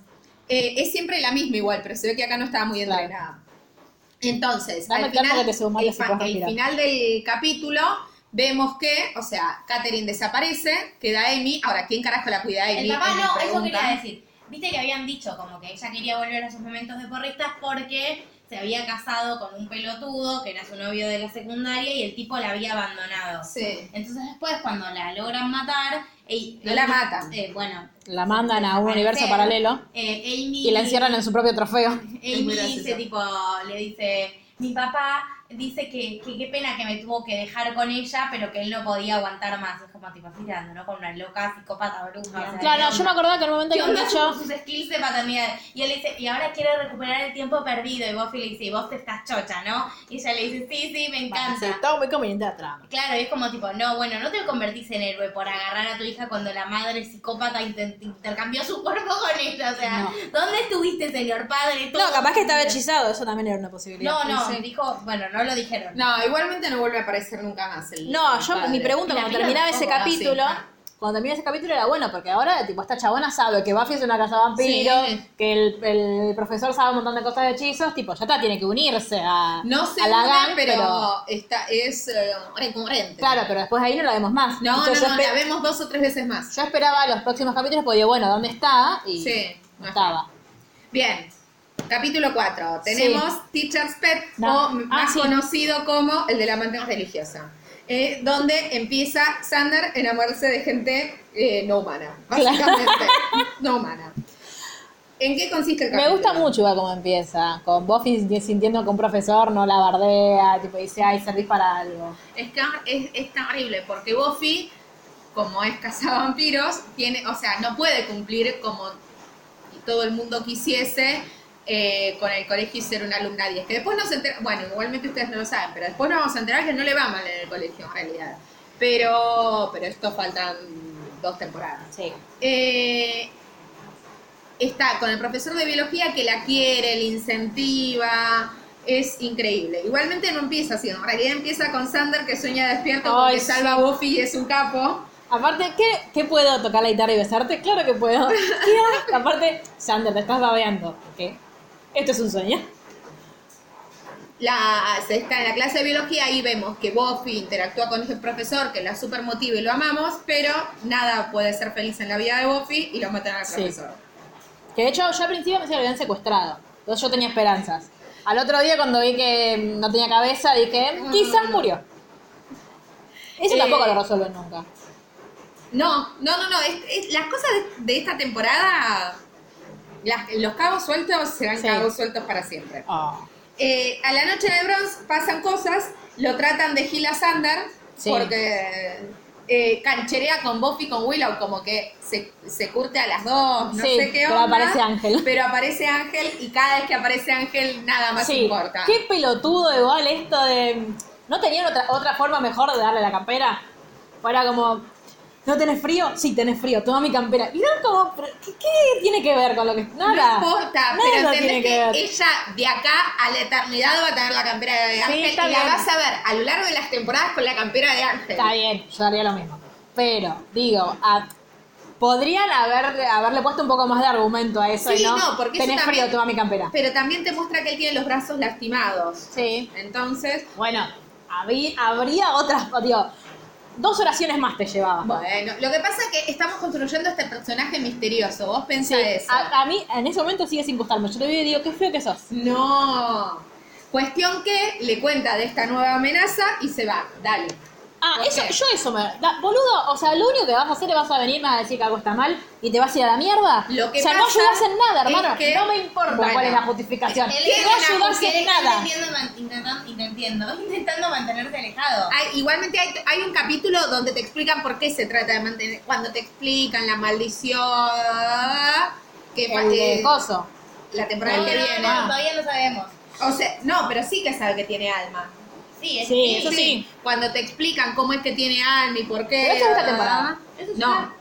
B: Eh, es siempre la misma igual, pero se ve que acá no estaba muy
A: Claro.
B: entrenada. Entonces,
A: Dame
B: al
A: tiempo
B: final,
A: que te sumo y
B: el,
A: así
B: fa-
A: puedes
B: el
A: respirar.
B: final del capítulo vemos que, o sea, Katherine desaparece, queda Amy. Ahora, ¿quién carajo la cuida a Amy?
C: El papá
B: Es mi
C: no, eso
B: pregunta.
C: quería decir. Viste que habían dicho como que ella quería volver a sus momentos de porristas porque se había casado con un pelotudo que era su novio de la secundaria y el tipo la había abandonado.
B: Sí.
C: Entonces después cuando la logran matar... ey-
B: No la matan.
C: Eh, bueno.
A: La mandan a un universo
C: Parece,
A: paralelo
C: eh, Amy,
A: y la encierran en su propio trofeo.
B: Es muy
C: Amy dice
B: gracioso.
C: tipo, le dice, mi papá dice que que qué pena que me tuvo que dejar con ella, pero que él no podía aguantar más. Es como tipo, tirando, ¿no? Con una loca psicópata bruja. o sea, ¿qué
A: Claro,
C: onda?
A: yo me acordaba que en un momento
C: ¿Qué
A: habían
C: onda
A: dicho...
C: sus, sus skills de paternidad? Y él le dice, y ahora quiere recuperar el tiempo perdido. Y Buffy le dice, y vos te estás chocha, ¿no? Y ella le dice, sí, sí, me
A: Bueno, sí,
C: encanta.
A: todo muy conveniente la trama.
C: Claro, y es como tipo, no, bueno, no te convertís en héroe por agarrar a tu hija cuando la madre psicópata inter- intercambió su cuerpo con ella. O sea,
A: No.
C: ¿dónde estuviste, señor padre?
A: No, capaz que estaba hechizado, eso también era una posibilidad.
C: No, no,
B: Sí.
C: dijo, bueno, no lo dijeron.
B: No, igualmente no vuelve a aparecer nunca más. El
A: No,
B: el
A: yo,
B: padre.
A: mi pregunta
C: Y la
A: cuando
C: mina
A: terminaba ese
B: tampoco,
A: capítulo,
B: ah,
A: cuando terminaba ese capítulo era bueno, porque ahora, tipo, esta chabona sabe que Buffy es una casa vampiro,
B: Sí.
A: que el, el profesor sabe un montón de cosas de hechizos, tipo, ya está, tiene que unirse a,
B: No sé,
A: a la
B: una,
A: gang,
B: pero, esta es eh, recurrente.
A: Claro, pero después ahí no la vemos más.
B: No,
A: Entonces,
B: no,
A: yo,
B: no,
A: espe-
B: la vemos dos o tres veces más.
A: yo esperaba los próximos capítulos, porque digo, bueno, ¿dónde está? Y
B: Sí,
A: no
B: ajá.
A: estaba.
B: Bien. Capítulo 4. Tenemos Teacher's Pet,
A: No.
B: o
A: Ah,
B: más
A: sí.
B: conocido como el de la manteca religiosa. eh, donde empieza Sander a enamorarse de gente eh, no humana. Básicamente, *laughs* no humana. ¿En qué consiste el
A: Me
B: Este capítulo?
A: gusta mucho igual cómo empieza, con Buffy sintiendo que un profesor no la bardea, tipo, dice, ay, servís para algo.
B: Es, que es, es tan horrible porque Buffy, como es cazavampiros, tiene, o sea, no puede cumplir como todo el mundo quisiese eh, con el colegio y ser una alumna 10. Que después nos enteramos, bueno, igualmente ustedes no lo saben, pero después nos vamos a enterar que no le va mal en el colegio en realidad. Pero, pero esto faltan dos temporadas.
A: Sí.
B: Eh, está con el profesor de biología que la quiere, le incentiva. Es increíble. Igualmente no empieza así, en realidad empieza con Sander que sueña despierto
A: Ay,
B: porque
A: sí.
B: salva a Buffy y es un capo.
A: Aparte, ¿qué, qué puedo? ¿Tocar la guitarra y besarte? Claro que
B: *laughs*
A: puedo. ¿Qué? Aparte, Sander, te estás babeando. ¿Qué? Esto es un sueño.
B: la, se está en la clase de biología y vemos que Buffy interactúa con este profesor que la super motiva y lo amamos, pero nada puede ser feliz en la vida de Buffy y lo matan al
A: Sí.
B: profesor.
A: Que de hecho, yo al principio me decía que lo habían secuestrado. Entonces yo tenía esperanzas. Al otro día, cuando vi que mm, no tenía cabeza, dije, quizás murió. Eso
B: Mm. Eh,
A: tampoco lo resuelven nunca.
B: No, no, no, no. es- es- las cosas de, de esta temporada, las- los cabos sueltos serán
A: Sí.
B: cabos sueltos para siempre.
A: Ah,
B: Eh, a la noche de Bronze pasan cosas, lo tratan de Gila Sander,
A: Sí.
B: porque eh, cancherea con Buffy, con Willow, como que se, se curte a las dos, no
A: Sí,
B: sé qué
A: pero
B: onda.
A: aparece Ángel.
B: Pero aparece Ángel y cada vez que aparece Ángel nada más
A: sí.
B: importa.
A: Qué pelotudo igual esto de... ¿No tenían otra, otra forma mejor de darle la campera? O era como, ¿no tenés frío? Sí, tenés frío, toma mi campera. Y era como, ¿pero ¿qué, qué tiene que ver con lo que...? Nada.
B: No importa,
A: Nada
B: pero
A: tiene
B: entendés
A: que ver.
B: que ella de acá a la eternidad va a tener la campera de Ángel
A: está
B: y la
A: bien.
B: vas a ver a lo largo de las temporadas con la campera de Ángel.
A: Está bien, yo haría lo mismo. Pero, digo, a- podrían haber, haberle puesto un poco más de argumento a eso.
B: Sí,
A: y no,
B: no, porque eso
A: Tenés
B: también-
A: frío, toma mi campera.
B: Pero también te muestra que él tiene los brazos lastimados.
A: Sí.
B: Entonces,
A: Bueno, habí- habría otras, digo, dos oraciones más te llevabas.
B: bueno, lo que pasa es que estamos construyendo este personaje misterioso. Vos
A: Sí,
B: pensás eso.
A: a, a mí en ese momento sigue sin gustarme. Yo te veo y digo, qué feo que sos.
B: No. Cuestión que le cuenta de esta nueva amenaza y se va. Dale.
A: Ah,
B: ¿Por
A: eso,
B: qué?
A: yo eso me... da- boludo, o sea, lo único que vas a hacer es vas a venir, me vas a decir que algo está mal y te vas a ir a la mierda.
B: Lo que
A: o sea, no
B: pasa
A: ayudas en nada,
B: es
A: hermano.
B: que-
A: no me importa
B: Bueno.
A: cuál es la justificación.
C: Él
B: ¿Qué
C: es
A: no
C: una
A: ayudas
C: mujer
A: en nada.
C: Intentando, intentando, intentando, *laughs* intentando mantenerse alejado.
B: Hay- igualmente hay, hay un capítulo donde te explican por qué se trata de mantener. Cuando te explican la maldición. Que
A: El de
B: eh,
A: coso.
B: la temporada
C: No,
B: que
C: no,
B: viene.
C: no, todavía no sabemos.
B: O sea, no, pero sí que sabe que tiene alma.
C: Sí, es-
A: Sí, eso sí.
B: Cuando te explican cómo es que tiene alma y por qué.
A: Pero eso es esta temporada.
C: Eso es
B: No.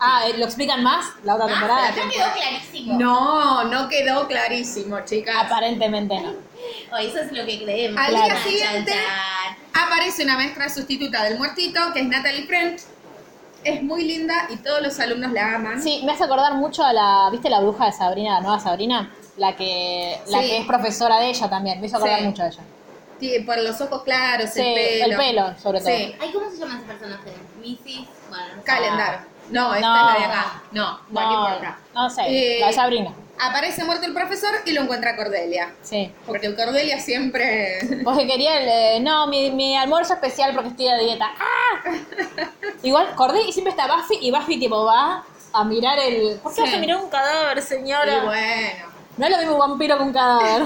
A: Ah, eh, ¿lo explican más la otra temporada?
C: Ah, pero acá quedó clarísimo.
B: No, no quedó clarísimo, chicas.
A: Aparentemente no.
C: O Oh, eso es lo que creemos.
B: Al
C: Chan,
B: día
C: chan,
B: siguiente-
C: chan.
B: Aparece una maestra sustituta del muertito, que es Natalie French. Es muy linda y todos los alumnos la aman.
A: Sí, me hace acordar mucho a la, ¿viste la bruja de Sabrina, la nueva Sabrina? La que, la
B: Sí.
A: que es profesora de ella también, me hizo acordar
B: Sí.
A: mucho a ella.
B: Tiene Por los ojos claros,
A: Sí,
B: el pelo.
A: el pelo, sobre todo.
B: Sí,
C: Ay, ¿cómo se llama ese personaje? Mrs. Bueno, no sé.
B: calendar. No, esta
A: No.
B: es la de acá. No, bueno, no
A: No,
B: importa.
A: no sé,
B: Eh,
A: la de Sabrina,
B: Aparece muerto el profesor y lo encuentra Cordelia.
A: sí.
B: Porque Cordelia siempre.
A: Porque quería el, eh, no, mi, mi almuerzo especial porque estoy de dieta.
B: *laughs*
A: ¡Ah! Igual, Cordé y siempre está Buffy y Buffy tipo va a mirar el... ¿Por qué
B: Sí.
A: vas a mirar un cadáver, señora?
B: *laughs* Y bueno.
A: No es lo mismo un vampiro que un
B: *laughs*
A: cadáver.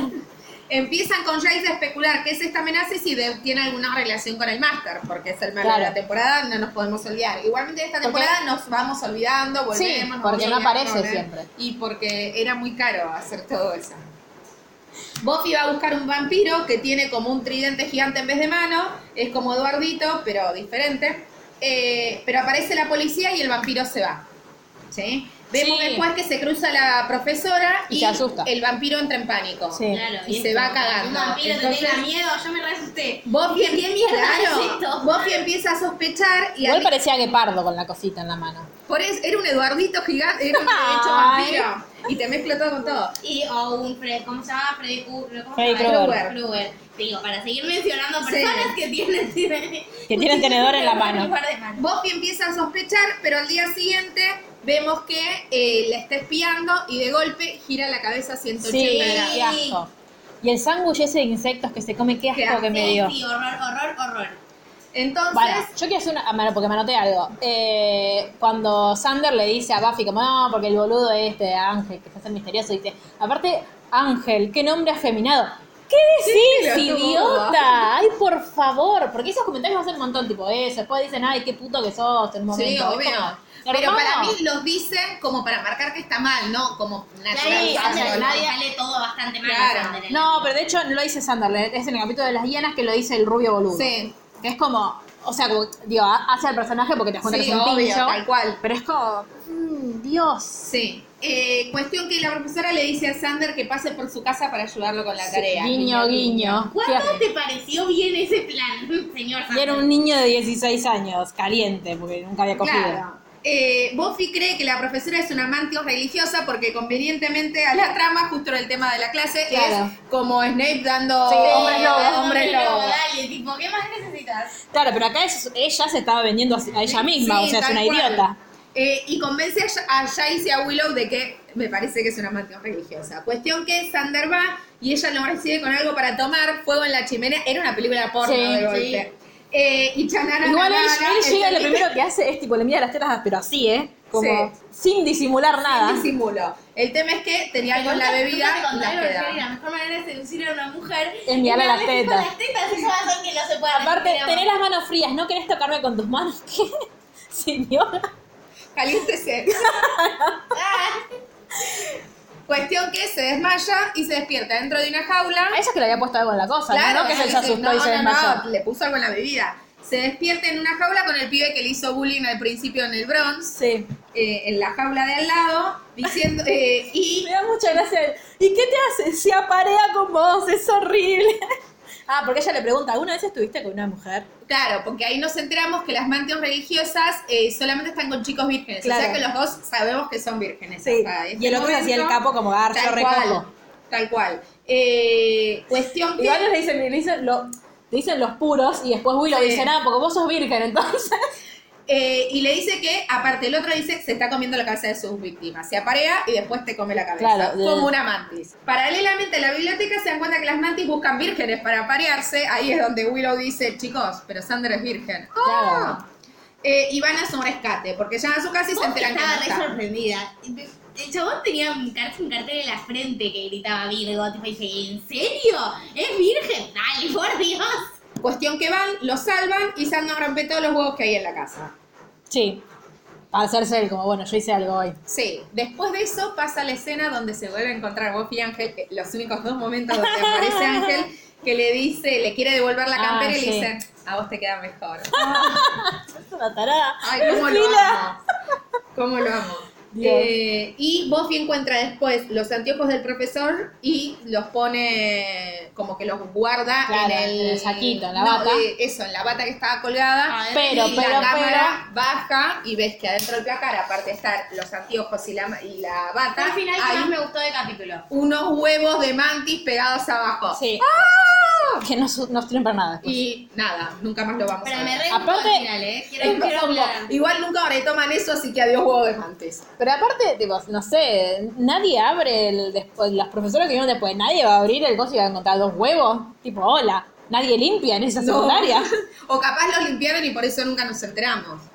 B: Empiezan con Jace a especular qué es esta amenaza y si de- tiene alguna relación con el Master, porque es el malo de la
A: Claro.
B: temporada, no nos podemos olvidar. Igualmente esta
A: Porque-
B: temporada nos vamos olvidando, volvemos.
A: Sí,
B: nos
A: porque
B: vamos
A: no
B: olvidando,
A: aparece
B: ¿eh?
A: siempre.
B: Y porque era muy caro hacer todo eso. Buffy va a buscar un vampiro que tiene como un tridente gigante en vez de mano, es como Eduardito, pero diferente. Eh, pero aparece la policía y el vampiro se va. ¿sí? Vemos
A: Sí.
B: después que se cruza la profesora
A: Y
B: y,
A: se asusta.
B: el vampiro entra en pánico.
A: Sí.
C: Claro,
B: Y
C: es
B: se va
C: como
B: cagando.
C: Un vampiro
B: Entonces-
C: que tenga miedo, yo me reasusté.
B: Buffy,
C: ¿Qué mierda es esto?
B: claro, Buffy empieza a sospechar y a-
A: Igual parecía Guepardo con la cosita en la mano.
B: por eso era un Eduardito gigante, era un hecho
A: Ay.
B: vampiro y te mezclo todo con todo.
C: Y o un Fred, ¿cómo se llama? Freddy Kru- ¿cómo se
A: Freddy
C: llama?
B: Krueger.
C: Krueger. Te Digo, para seguir mencionando
B: Sí.
C: personas que tienen *laughs*
A: Que tienen tenedor en la mano.
C: lugar de mano.
B: Buffy empieza a sospechar, pero al día siguiente vemos que eh, la está espiando y de golpe gira la cabeza a 180
A: Sí,
B: grados.
A: qué asco. Y el sándwich ese de insectos que se come, qué asco
B: Qué asco,
A: que me
C: Sí,
A: dio.
C: sí, horror, horror, horror.
B: Entonces,
A: Bueno, yo quiero hacer una. ah, bueno, Porque me anoté algo. Eh, cuando Sander le dice a Buffy, como, no, porque el boludo este de Ángel, que está tan misterioso, dice, aparte, Ángel, qué nombre afeminado. ¿Qué decís,
B: Sí, lo tuvo.
A: idiota? Ay, por favor. Porque esos comentarios hacen un montón, tipo eso. Después dicen, ay, qué puto que sos en un momento.
B: sí,
A: Es como,
B: obvio. Pero
A: hermano,
B: para mí los dicen como para marcar que está mal, ¿no? Como
C: Nadie
B: naturalizando.
C: sale todo bastante mal.
B: Claro.
C: a Sander en el-
A: No, pero de hecho no lo dice Sander, le- es en el capítulo de las hienas que lo dice el rubio boludo.
B: Sí.
A: Que es como, o sea, como, digo, ha- hace al personaje porque te das cuenta
B: Sí,
A: que es un
B: obvio,
A: pincho,
B: tal cual.
A: Pero es como, mm, Dios.
B: Sí. Eh, cuestión que la profesora le dice a Sander que pase por su casa para ayudarlo con la
A: Sí,
B: tarea.
A: guiño, guiño.
C: ¿Cuánto
A: Fíjate.
C: te pareció bien ese plan, *laughs* señor
A: Y
C: Sander?
A: era un niño de 16 años, caliente, porque nunca había cogido.
B: Claro. Eh, Buffy cree que la profesora es una amante religiosa porque convenientemente a la trama, justo era el tema de la clase,
A: Claro.
B: es como Snape dando
A: Sí, hombres lobo. Claro, pero acá es- ella se estaba vendiendo a, a ella misma,
B: Sí,
A: o sea, es
B: tal
A: una
B: cual.
A: idiota.
B: Eh, y convence a, a Jace y a Willow de que me parece que es una mansión religiosa. Cuestión que Sander va y ella lo recibe con algo para tomar fuego en la chimenea. Era una película porno
A: Sí,
B: de
A: sí.
B: golpe. Eh, y Chanara
A: Igual él,
B: Navara,
A: él llega y lo
B: el-
A: *laughs* primero que hace es tipo le mira las tetas, pero así, ¿eh? Como
B: Sí.
A: sin disimular nada.
B: Disimulo. El tema es que tenía algo en la bebida y la queda.
C: La mejor manera de seducir a una mujer
A: Es mirarle
C: una
A: las
C: vez con
A: tetas.
C: las tetas, eso hace que no se pueda
A: Aparte,
C: resistir a
A: tenés las manos frías, ¿no querés tocarme con tus manos? *laughs* ¿Qué? Señora.
B: Caliéntese. Cuestión que se desmaya y se despierta dentro de una jaula.
A: A ella es que le había puesto algo en la cosa, ¿no? ¿no? Que se,
B: sí,
A: se asustó
B: no,
A: y se
B: no, no,
A: desmayó.
B: le puso algo en la bebida. Se despierta en una jaula con el pibe que le hizo bullying al principio en el Bronx,
A: Sí.
B: eh, en la jaula de al lado, diciendo, eh, y
A: Me da mucha gracia. ¿Y qué te hace? Se aparea con vos, es horrible. *laughs* Ah, porque ella le pregunta, ¿alguna vez estuviste con una mujer?
B: claro, porque ahí nos enteramos que las mantios religiosas eh, solamente están con chicos vírgenes,
A: Claro.
B: o sea que los dos sabemos que son vírgenes. hasta este
A: Y el otro se hacía el
B: momento.
A: capo como garcho,
B: Tal
A: recojo.
B: cual, tal cual. Eh, cuestión que...
A: Igual le dicen, le dicen, lo, le dicen los puros y después Willow
B: Sí.
A: dice, ah, porque vos sos virgen, *laughs* entonces.
B: Eh, y le dice que, aparte, el otro dice que se está comiendo la cabeza de sus víctimas. Se aparea y después te come la cabeza.
A: Claro, de-
B: como una mantis. Paralelamente, en la biblioteca se dan cuenta que las mantis buscan vírgenes para aparearse. Ahí es donde Willow dice, chicos, pero Sander es virgen.
A: Claro.
B: ¡Ah! Eh, y van a su rescate, porque llegan a su casa y se
C: Vos que
B: enteran que no
C: estaba re
B: está.
C: sorprendida. El chabón tenía un cartel, un cartel en la frente que gritaba Virgo. Tipo, dije, ¿en serio? ¿Es virgen? Dale, por Dios.
B: Cuestión que van, lo salvan y Sander rompe todos los huevos que hay en la casa.
A: Sí. Para hacerse él, como, bueno, yo hice algo hoy.
B: Sí, después de eso pasa la escena donde se vuelve a encontrar Buffy y Ángel, que los únicos dos momentos donde aparece Ángel, que le dice, le quiere devolver la
A: Ah,
B: campera y
A: sí. Ah,
B: le dice, a vos te queda mejor.
A: Es una tarada.
B: Ay, cómo lo
A: Priscila.
B: amo. Cómo lo amo.
A: Dios.
B: Eh, y Buffy encuentra después los anteojos del profesor y los pone como que los guarda
A: Claro,
B: en, el,
A: en el saquito, en la
B: no,
A: bata.
B: eh, eso, en la bata que estaba colgada.
C: Ah,
A: Pero,
B: y
A: pero,
B: la cámara baja y ves que adentro del placar, aparte de estar los anteojos y la, y la bata,
C: Al final, ¿qué
B: hay
C: más me gustó del capítulo?
B: unos huevos de mantis pegados abajo.
A: pero. Sí. Que no, su- no sirven para nada.
B: Y nada, nunca más lo vamos
C: Pero
B: a
C: me
B: ver.
C: re
A: Aparte-
C: gustó al final, ¿eh?
B: Es
C: Quiero, quiero
B: como,
C: hablar.
B: igual nunca le toman eso, así que adiós huevo de mantis.
A: Pero aparte, tipo, no sé, nadie abre el después, las profesoras que vienen después, nadie va a abrir el coso y va a encontrar dos huevos, tipo, hola, nadie limpia en esa
B: No.
A: secundaria.
B: O capaz los limpiaron y por eso nunca nos enteramos.